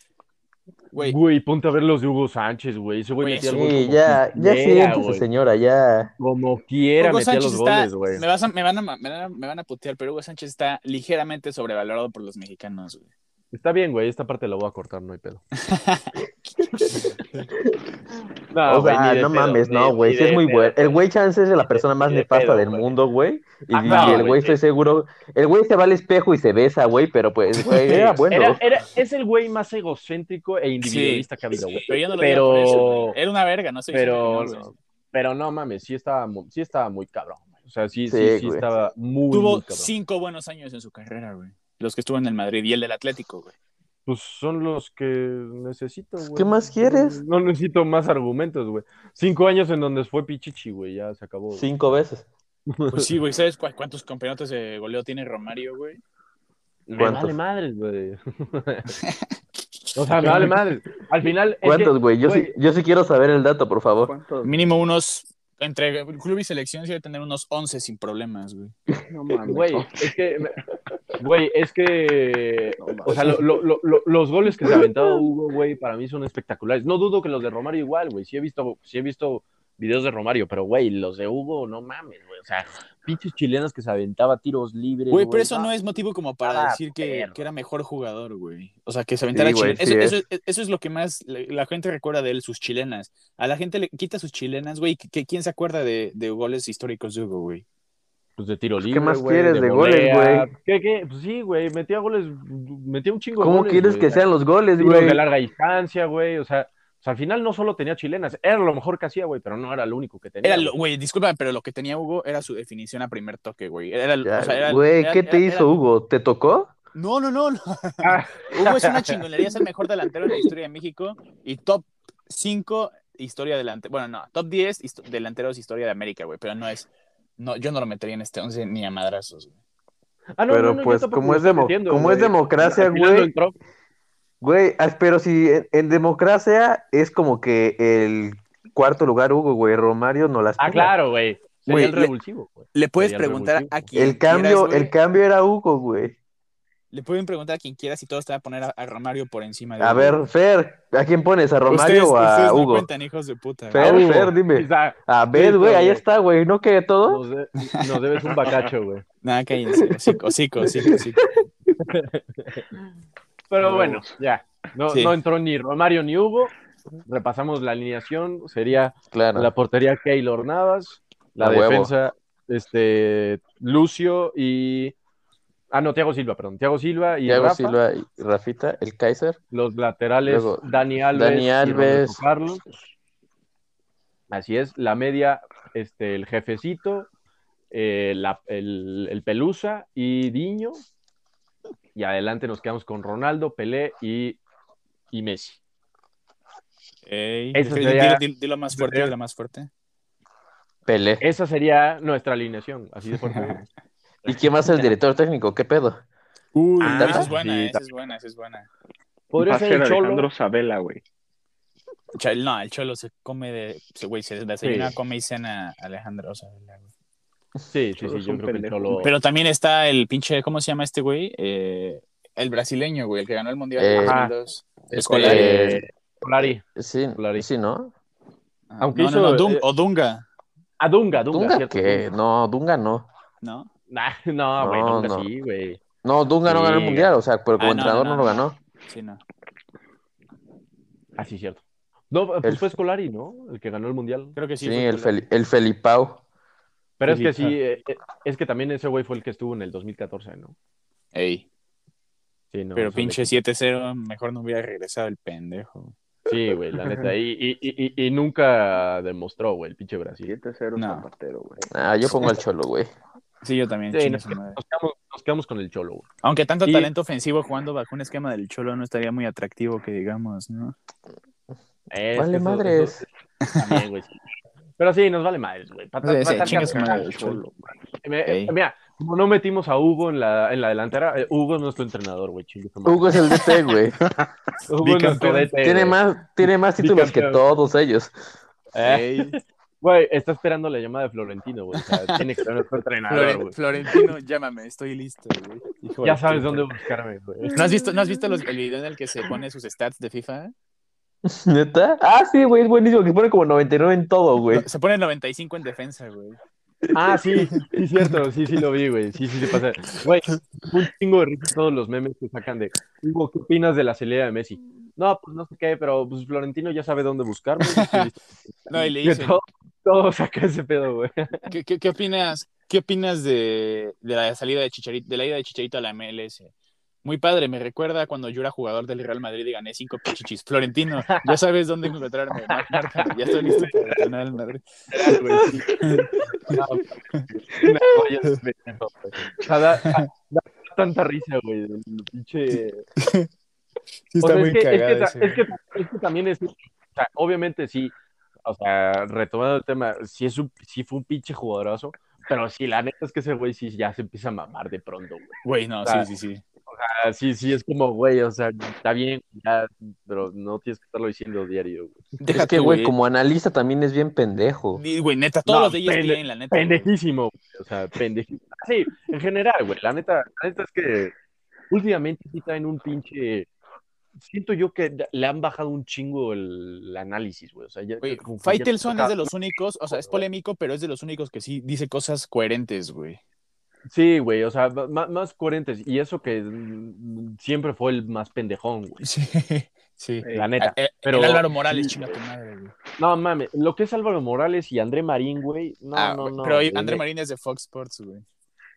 Speaker 1: Güey.
Speaker 2: Güey,
Speaker 1: ponte a ver los de Hugo Sánchez, güey. Ese güey
Speaker 2: Güey,
Speaker 1: metía
Speaker 2: sí,
Speaker 1: gol
Speaker 3: Sí,
Speaker 1: como
Speaker 3: ya, ya
Speaker 1: quiera,
Speaker 3: siéntese,
Speaker 1: güey.
Speaker 3: señora, ya.
Speaker 1: Como quiera
Speaker 2: Hugo
Speaker 1: metía
Speaker 2: Sánchez
Speaker 1: los
Speaker 2: está-
Speaker 1: goles, güey.
Speaker 2: me, vas a- me van a, ma- me, van a, me van a putear, pero Hugo Sánchez está ligeramente sobrevalorado por los mexicanos, güey.
Speaker 1: Está bien, güey. Esta parte la voy a cortar, no hay pedo. no,
Speaker 3: o
Speaker 1: Ah, güey,
Speaker 3: sea,
Speaker 1: ni de
Speaker 3: no
Speaker 1: pedo,
Speaker 3: mames,
Speaker 1: ni-
Speaker 3: no, güey.
Speaker 1: ni
Speaker 3: Sí es
Speaker 1: de
Speaker 3: muy
Speaker 1: pedo.
Speaker 3: bueno. El güey chance es la persona más
Speaker 1: ni de
Speaker 3: nefasta
Speaker 1: pedo,
Speaker 3: del
Speaker 1: güey.
Speaker 3: mundo, güey. Y,
Speaker 1: Ah,
Speaker 3: y
Speaker 1: no,
Speaker 3: el
Speaker 1: güey.
Speaker 3: güey, estoy seguro. El güey se va al espejo y se besa, güey, pero pues, güey, era bueno.
Speaker 1: Era- era- es el güey más egocéntrico e individualista que ha habido, güey.
Speaker 2: Pero yo no lo
Speaker 1: Pero-
Speaker 2: digo por eso, güey. Era una verga, no sé.
Speaker 1: Pero, pero no mames, sí estaba, mu- sí estaba muy cabrón. güey. O sea, sí, sí,
Speaker 3: Sí,
Speaker 1: sí,
Speaker 3: güey.
Speaker 1: estaba muy, muy
Speaker 2: Tuvo
Speaker 1: cabrón.
Speaker 2: cinco buenos años en su carrera, güey. Los que estuvo en el Madrid y el del Atlético, güey.
Speaker 1: Pues son los que necesito,
Speaker 2: Pues,
Speaker 1: güey.
Speaker 3: ¿Qué más quieres?
Speaker 1: No necesito más argumentos, güey. Cinco años en donde fue Pichichi, güey, ya se acabó. güey.
Speaker 3: Cinco veces.
Speaker 2: Pues sí, güey, ¿sabes cu- cuántos campeonatos de goleo tiene Romario, güey?
Speaker 1: Me
Speaker 3: ¿Cuántos?
Speaker 1: vale madres, güey. o sea, me vale madres. Al final, es que-
Speaker 3: ¿Cuántos, güey? Yo, sí, yo sí quiero saber el dato, por favor.
Speaker 4: ¿Cuántos?
Speaker 2: Mínimo unos, entre club y selección, sí debe tener unos 11 sin problemas, güey.
Speaker 4: No mames.
Speaker 1: Güey, es que. Güey, es que.
Speaker 4: No mames.
Speaker 1: O sea, lo- lo- lo- lo- los goles que se ha aventado Hugo, güey, para mí son espectaculares. No dudo que los de Romario igual, güey. Sí he visto, sí he visto videos de Romario, pero güey, los de Hugo, no mames, güey. O sea, pinches chilenos que se aventaba tiros libres.
Speaker 2: Güey, pero eso no es motivo como para
Speaker 1: Ah,
Speaker 2: decir que,
Speaker 1: perro.
Speaker 2: que era mejor jugador, güey. O sea, que se aventara
Speaker 3: Sí, güey,
Speaker 2: chilen-
Speaker 3: sí
Speaker 2: Eso, eso, eso es lo que más la, la gente recuerda de él, sus chilenas. A la gente le quita sus chilenas, güey. que- que ¿Quién se acuerda de, de goles históricos de Hugo, güey?
Speaker 1: Pues de tiro libre.
Speaker 3: más
Speaker 1: güey,
Speaker 3: quieres de goles,
Speaker 1: volea.
Speaker 3: güey?
Speaker 1: ¿Qué, qué? Pues sí, güey, metía goles, metía un chingo de
Speaker 3: ¿Cómo
Speaker 1: goles,
Speaker 3: quieres
Speaker 1: güey.
Speaker 3: que sean los goles,
Speaker 1: Tiros
Speaker 3: güey?
Speaker 1: de larga distancia, güey. O sea, o sea, al final no solo tenía chilenas, era lo mejor que hacía, güey, pero no era lo único que tenía.
Speaker 2: Era,
Speaker 1: güey.
Speaker 2: lo- güey, disculpa, pero lo que tenía Hugo era su definición a primer toque, güey. Era, el-
Speaker 3: Ya,
Speaker 2: o sea, era el-
Speaker 3: Güey,
Speaker 2: era-
Speaker 3: ¿qué
Speaker 2: era-
Speaker 3: te
Speaker 2: era-
Speaker 3: hizo Hugo? ¿Te tocó?
Speaker 2: No, no, no. no.
Speaker 1: Ah,
Speaker 2: Hugo es una chingonería, es el mejor delantero de la historia de México y top 5 historia delante. Bueno, no, top 10 histo- delanteros historia de América, güey, pero no es. No, yo no lo metería en este 11 ni a madrazos. güey.
Speaker 1: Ah, no,
Speaker 3: Pero
Speaker 1: no, no, yo
Speaker 3: pues,
Speaker 1: tampoco
Speaker 3: como
Speaker 1: lo
Speaker 3: es demo-
Speaker 1: entiendo,
Speaker 3: como
Speaker 1: güey.
Speaker 3: es democracia,
Speaker 1: Al final no
Speaker 3: güey.
Speaker 1: entró.
Speaker 3: Güey, ah, pero si en, en democracia es como que el cuarto lugar, Hugo, güey, Romario no las
Speaker 1: Ah,
Speaker 3: pela.
Speaker 1: claro, güey. Sería
Speaker 2: Güey,
Speaker 1: el
Speaker 2: le-
Speaker 1: revulsivo, güey.
Speaker 2: Le puedes
Speaker 1: Sería el
Speaker 2: preguntar
Speaker 1: revulsivo.
Speaker 2: a quien
Speaker 3: El cambio,
Speaker 2: quieras, güey.
Speaker 3: el cambio era Hugo, güey.
Speaker 2: Le pueden preguntar a quien quieras y todos te van a poner a, a Romario por encima de
Speaker 3: A
Speaker 2: Hugo.
Speaker 3: ver, Fer, ¿a quién pones? ¿A Romario
Speaker 2: Ustedes-
Speaker 3: o a
Speaker 2: ustedes no
Speaker 3: Hugo?
Speaker 2: cuentan, hijos de puta. güey.
Speaker 3: Fer,
Speaker 1: A Hugo.
Speaker 3: Fer, dime.
Speaker 1: Quizá
Speaker 3: A ver,
Speaker 1: Sí,
Speaker 3: güey, ahí
Speaker 1: güey.
Speaker 3: está, güey, ¿no que todo?
Speaker 1: nos, de- nos debes un bacacho, güey.
Speaker 2: Nada, cállense. Hocico, hocico, hocico, hocico.
Speaker 1: Pero
Speaker 4: Huevos.
Speaker 1: bueno, ya. No,
Speaker 2: Sí.
Speaker 1: no entró ni Romario ni Hugo. Repasamos la alineación. Sería
Speaker 3: Claro.
Speaker 1: la portería Keylor Navas, la
Speaker 3: A huevo.
Speaker 1: defensa este, Lucio y... Ah, no, Tiago Silva, perdón. Tiago Silva y
Speaker 3: Thiago
Speaker 1: Rafa.
Speaker 3: Silva y Rafita, el Kaiser.
Speaker 1: Los laterales,
Speaker 3: Luego,
Speaker 1: Dani Alves.
Speaker 3: Dani
Speaker 1: y Roberto
Speaker 3: Alves.
Speaker 1: Carlos. Así es, la media, este, el jefecito, eh, la- el, el Pelusa y Diño. Y adelante nos quedamos con Ronaldo, Pelé y, y Messi.
Speaker 2: Ey,
Speaker 1: Eso
Speaker 2: dilo-
Speaker 1: sería-
Speaker 2: dilo- dilo- dilo más fuerte, dilo más fuerte.
Speaker 3: Pelé.
Speaker 1: Esa sería nuestra alineación, así de fuerte.
Speaker 3: ¿Y quién más es el director técnico? ¿Qué pedo?
Speaker 2: Uy,
Speaker 1: Ah,
Speaker 2: esa es buena,
Speaker 1: sí,
Speaker 2: esa es buena, esa es buena.
Speaker 1: Podría
Speaker 4: Va a
Speaker 1: ser el Cholo.
Speaker 4: Alejandro Sabela, güey.
Speaker 2: Ch- No, el cholo se come de. se- Güey, se desayuna,
Speaker 1: Sí.
Speaker 2: come y cena Alejandro. o sea, la-
Speaker 1: Sí, sí,
Speaker 4: Cholo
Speaker 1: sí,
Speaker 4: es
Speaker 1: yo
Speaker 4: un
Speaker 1: creo que el
Speaker 4: pendejo.
Speaker 1: Cholo.
Speaker 2: Pero también está el pinche. ¿Cómo se llama este güey? Eh, el brasileño, güey, el que ganó el mundial
Speaker 3: Eh,
Speaker 2: en
Speaker 1: ajá. Este,
Speaker 2: 2002.
Speaker 1: Solari.
Speaker 2: Escolari.
Speaker 3: Eh,
Speaker 1: Solari.
Speaker 3: sí,
Speaker 1: Solari.
Speaker 3: sí, ¿no?
Speaker 2: Ah,
Speaker 1: aunque
Speaker 2: no,
Speaker 1: hizo-
Speaker 2: no, no, Dun-
Speaker 1: eh,
Speaker 2: o Dunga,
Speaker 1: Ah, Dunga, Dunga,
Speaker 3: Dunga,
Speaker 1: cierto,
Speaker 3: que
Speaker 1: Dunga.
Speaker 3: no, Dunga no.
Speaker 2: ¿no?
Speaker 1: Nah, no, güey,
Speaker 3: No,
Speaker 1: Dunga
Speaker 3: no.
Speaker 1: sí, güey.
Speaker 3: No, Dunga no
Speaker 1: Sí.
Speaker 3: ganó el mundial, o sea, pero como
Speaker 2: Ah, no,
Speaker 3: entrenador
Speaker 2: no,
Speaker 3: no,
Speaker 2: no,
Speaker 3: lo
Speaker 2: no.
Speaker 3: ganó.
Speaker 2: Sí, no.
Speaker 1: Ah, sí, cierto. No, pues
Speaker 3: El-
Speaker 1: fue Scolari, ¿no? El que ganó el mundial.
Speaker 2: Creo que sí.
Speaker 3: Sí,
Speaker 2: fue
Speaker 3: el,
Speaker 2: Scolari.
Speaker 3: Fel- el Felipao.
Speaker 1: Pero es que
Speaker 2: Felipe.
Speaker 1: sí, eh, eh, es que también ese güey fue el que estuvo en el 2014, ¿no?
Speaker 2: Ey,
Speaker 1: Sí, no,
Speaker 2: pero
Speaker 1: eso
Speaker 2: pinche
Speaker 1: le-
Speaker 2: 7-0, mejor no hubiera regresado el pendejo.
Speaker 1: Sí, güey, la neta. Y, y, y- y- y nunca demostró, güey, el pinche Brasil.
Speaker 4: 7-0
Speaker 2: No.
Speaker 4: Zapatero, güey.
Speaker 3: Ah, yo pongo al Cholo, güey.
Speaker 2: Sí, yo también.
Speaker 1: Sí,
Speaker 2: chingue
Speaker 1: nos,
Speaker 2: su madre.
Speaker 1: nos quedamos, nos quedamos con el Cholo, güey.
Speaker 2: Aunque tanto
Speaker 1: Y-
Speaker 2: talento ofensivo jugando bajo un esquema del Cholo no estaría muy atractivo que digamos, ¿no?
Speaker 1: Es que
Speaker 3: Vale
Speaker 1: eso-
Speaker 3: madres.
Speaker 1: eso también, güey, sí. Pero sí, nos vale madres, güey. Pa- pa-
Speaker 2: Sí, sí,
Speaker 1: pa-
Speaker 2: chingue su madre.
Speaker 1: pa-
Speaker 4: Cholo,
Speaker 1: Me- eh,
Speaker 2: Ey.
Speaker 1: Mira, como no metimos a Hugo en la, en la delantera, eh, Hugo es nuestro entrenador, güey. chingue su madre.
Speaker 3: Hugo es el DT,
Speaker 1: Hugo
Speaker 3: güey.
Speaker 1: es nuestro
Speaker 2: bicampeón.
Speaker 1: DT,
Speaker 3: tiene
Speaker 1: güey.
Speaker 3: más, tiene más títulos que
Speaker 1: Bicampeón.
Speaker 3: todos ellos.
Speaker 1: Eh,
Speaker 2: Ey.
Speaker 1: Güey, está esperando la llamada de Florentino, güey. O sea, tiene que ser nuestro entrenador,
Speaker 2: Floren-
Speaker 1: güey.
Speaker 2: Florentino, llámame, estoy listo, güey. Hijo
Speaker 1: Ya
Speaker 2: de
Speaker 1: sabes
Speaker 2: puta.
Speaker 1: dónde buscarme, güey.
Speaker 2: ¿No has visto, no has visto los- el video en el que se pone sus stats de FIFA?
Speaker 3: ¿Neta? Ah, sí, güey, es buenísimo, que pone como 99 en todo, güey.
Speaker 2: No, Se pone 95 en defensa, güey.
Speaker 1: Ah, sí, sí, cierto, sí, sí lo vi, güey. Sí, sí, se pasa. Güey, un chingo de risa todos los memes que sacan de Hugo, ¿qué opinas de la salida de Messi? No, pues no sé qué, pero pues Florentino ya sabe dónde buscarme.
Speaker 2: No, y le
Speaker 1: Que
Speaker 2: dicen,
Speaker 1: todo, todo saca ese pedo, güey.
Speaker 2: ¿qué, qué, qué opinas, qué opinas de, de la salida de Chicharito, de la ida de Chicharito a la MLS? Muy padre, me recuerda cuando yo era jugador del Real Madrid y gané cinco pichichis. Florentino, ya sabes dónde encontrarme. mar- márcame, ya estoy listo para ganar al Madrid.
Speaker 1: No, güey. Una joya de pendejo, güey. O sea, da, da- da tanta risa, güey. el Pinche. O
Speaker 2: Sí, está
Speaker 1: sea,
Speaker 2: muy
Speaker 1: es, que, es, que,
Speaker 2: cagado
Speaker 1: ta-
Speaker 2: ese,
Speaker 1: es que- es que también es, o sea, obviamente sí, o sea, retomando el tema, sí, es un, sí fue un pinche jugadorazo, pero sí, la neta es que ese güey sí ya se empieza a mamar de pronto, güey.
Speaker 2: Güey, no,
Speaker 1: sea,
Speaker 2: sí, sí, sí.
Speaker 1: O sea, sí, sí, es como, güey, o sea, está bien, ya, pero no tienes que estarlo diciendo diario, güey.
Speaker 2: Deja
Speaker 3: es que,
Speaker 2: tú,
Speaker 1: eh.
Speaker 3: güey, como analista también es bien pendejo.
Speaker 2: Di- Güey, neta, todos
Speaker 1: No,
Speaker 2: los de ellos
Speaker 1: pende-
Speaker 2: tienen, la neta. güey.
Speaker 1: Pendejísimo, güey, o sea, pendejísimo. Sí, en general, güey, la neta, la neta es que últimamente sí traen un pinche... Siento yo que le han bajado un chingo el, el análisis, güey. O sea, ya,
Speaker 2: Güey,
Speaker 1: como que ya-
Speaker 2: Faitelson es de los únicos, o sea, es polémico, pero es de los únicos que sí dice cosas coherentes, güey.
Speaker 1: Sí, güey, o sea, ma- ma- más, coherentes. Y eso que mm, siempre fue el más pendejón, güey.
Speaker 2: Sí, sí.
Speaker 1: La neta.
Speaker 2: pero...
Speaker 1: pero-
Speaker 2: Eh, Álvaro Morales, chinga tu madre, güey.
Speaker 1: No mames, lo que es Álvaro Morales y André Marín, güey. No,
Speaker 2: Ah,
Speaker 1: no,
Speaker 2: güey,
Speaker 1: no.
Speaker 2: Pero
Speaker 1: güey.
Speaker 2: André Marín es de Fox Sports, güey.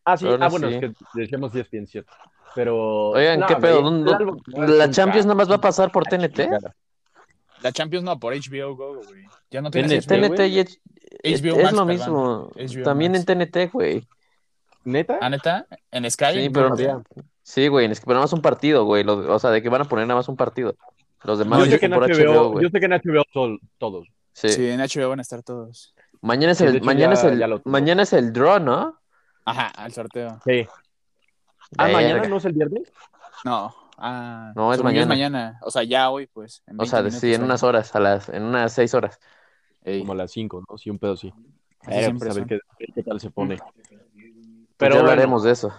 Speaker 1: Ah, sí,
Speaker 3: Pero
Speaker 1: ah,
Speaker 3: no
Speaker 1: bueno,
Speaker 3: sé.
Speaker 1: es que decíamos 10 bien cierto. Pero.
Speaker 3: Oigan,
Speaker 1: no,
Speaker 3: ¿qué pedo?
Speaker 1: güey,
Speaker 3: ¿Dónde-
Speaker 1: Álvaro Morales es
Speaker 3: ¿La
Speaker 1: un Ah, crack.
Speaker 3: Champions nada más va a pasar por TNT?
Speaker 2: La Champions no, por HBO Go, güey. Ya no
Speaker 1: ¿En el
Speaker 2: tienes
Speaker 1: TNT,
Speaker 3: TNT
Speaker 1: güey?
Speaker 3: y es,
Speaker 2: HBO
Speaker 3: es
Speaker 2: Max,
Speaker 3: lo
Speaker 2: perdón.
Speaker 3: mismo.
Speaker 2: HBO
Speaker 3: También
Speaker 2: Max.
Speaker 3: en TNT, güey.
Speaker 1: ¿Neta?
Speaker 2: ¿Ah, neta? ¿En Sky?
Speaker 3: Sí,
Speaker 2: No,
Speaker 3: pero
Speaker 2: no.
Speaker 3: no. Sí, güey, es que pero nada más un partido, güey. lo- o sea, de que van a poner nada más un partido. Los demás
Speaker 1: yo,
Speaker 3: sí
Speaker 1: sé que en
Speaker 3: son por
Speaker 1: HBO,
Speaker 3: HBO, güey.
Speaker 1: yo sé que en HBO son todos.
Speaker 3: Sí.
Speaker 2: Sí, en HBO van a estar todos.
Speaker 3: Mañana es
Speaker 1: Que de
Speaker 3: el,
Speaker 1: hecho
Speaker 3: mañana
Speaker 1: ya-
Speaker 3: es el,
Speaker 1: ya lo tuvo.
Speaker 3: mañana es el draw, ¿no?
Speaker 2: Ajá, al sorteo.
Speaker 1: Sí. Ah, mañana
Speaker 3: Verga.
Speaker 1: no es el viernes.
Speaker 2: No. Ah,
Speaker 3: No, es
Speaker 2: según yo
Speaker 3: mañana.
Speaker 2: mañana. O sea, ya hoy, pues. en
Speaker 3: O sea,
Speaker 2: 20
Speaker 3: sí, en
Speaker 2: minutos,
Speaker 3: unas horas, a las, en unas seis horas.
Speaker 2: Ey,
Speaker 1: Como a las 5, ¿no? Sí, un pedo sí.
Speaker 2: así
Speaker 1: Eh,
Speaker 2: siempre
Speaker 1: pues, a ver
Speaker 2: son.
Speaker 1: qué, qué tal se pone.
Speaker 3: Pues Pero
Speaker 1: Pero bueno,
Speaker 3: hablaremos de eso.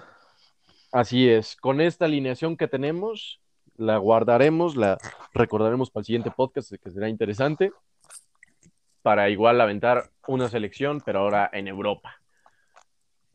Speaker 1: Así es, con esta alineación que tenemos, la guardaremos, la recordaremos para el siguiente podcast, que será interesante, para igual aventar una selección, pero ahora en Europa.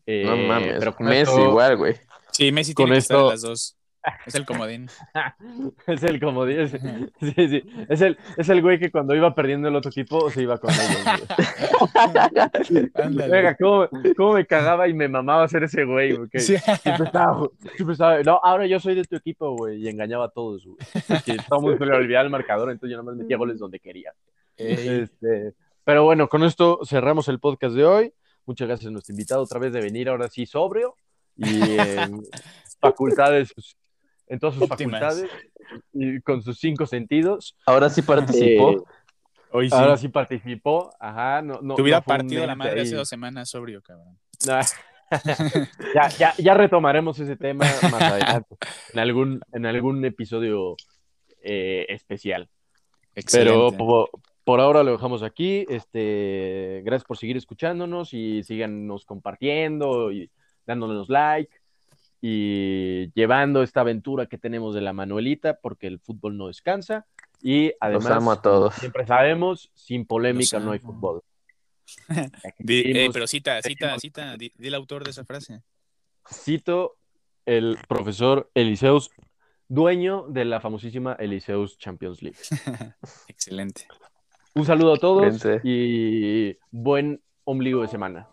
Speaker 1: Eh,
Speaker 3: no mames.
Speaker 1: pero con
Speaker 3: Messi
Speaker 1: esto-
Speaker 3: igual, güey.
Speaker 2: Sí, Messi
Speaker 1: Con
Speaker 2: tiene que estar en
Speaker 1: esto-
Speaker 2: las dos. Es el comodín.
Speaker 1: Es el como dice. sí, sí, Es el, es el güey que cuando iba perdiendo el otro equipo se iba con ellos. güey.
Speaker 2: Ándale.
Speaker 1: Verga, cómo, cómo me cagaba y me mamaba ser ese güey. porque
Speaker 2: Sí.
Speaker 1: Siempre estaba, siempre estaba, no, ahora yo soy de tu equipo, güey, y engañaba a todos, güey. Que todo el mundo se le olvidaba el marcador, entonces yo nada más metía goles donde quería.
Speaker 2: Ey,
Speaker 1: Este, pero bueno, con esto cerramos el podcast de hoy. Muchas gracias a nuestro invitado otra vez de venir, ahora sí sobrio y en facultades, en todas sus
Speaker 2: Óptimas.
Speaker 1: facultades y con sus cinco sentidos.
Speaker 3: Ahora sí participó.
Speaker 1: Eh,
Speaker 2: hoy sí.
Speaker 1: Ahora sí participó, ajá, no, no.
Speaker 2: Te hubiera
Speaker 1: no fue un
Speaker 2: partido la
Speaker 1: ente
Speaker 2: madre
Speaker 1: ahí.
Speaker 2: hace dos semanas sobrio, cabrón.
Speaker 1: Nah. ya, ya, ya retomaremos ese tema más adelante, en algún, en algún episodio eh, especial. Pero
Speaker 2: Excelente.
Speaker 1: po- por, ahora lo dejamos aquí. Este, gracias por seguir escuchándonos y síganos compartiendo y dándonos like y llevando esta aventura que tenemos de la Manuelita porque el fútbol no descansa y
Speaker 3: Los
Speaker 1: además
Speaker 3: amo a todos.
Speaker 1: siempre sabemos sin polémica
Speaker 2: Los
Speaker 1: no hay
Speaker 2: amo.
Speaker 1: fútbol.
Speaker 2: Di- eh,
Speaker 1: Dijimos-
Speaker 2: pero cita, cita,
Speaker 1: seguimos.
Speaker 2: cita. Di, di el autor de esa frase.
Speaker 1: Cito el profesor Eliseus, dueño de la famosísima Eliseus Champions League.
Speaker 2: Excelente.
Speaker 1: Un saludo a todos
Speaker 3: Excelente.
Speaker 1: y buen ombligo de semana.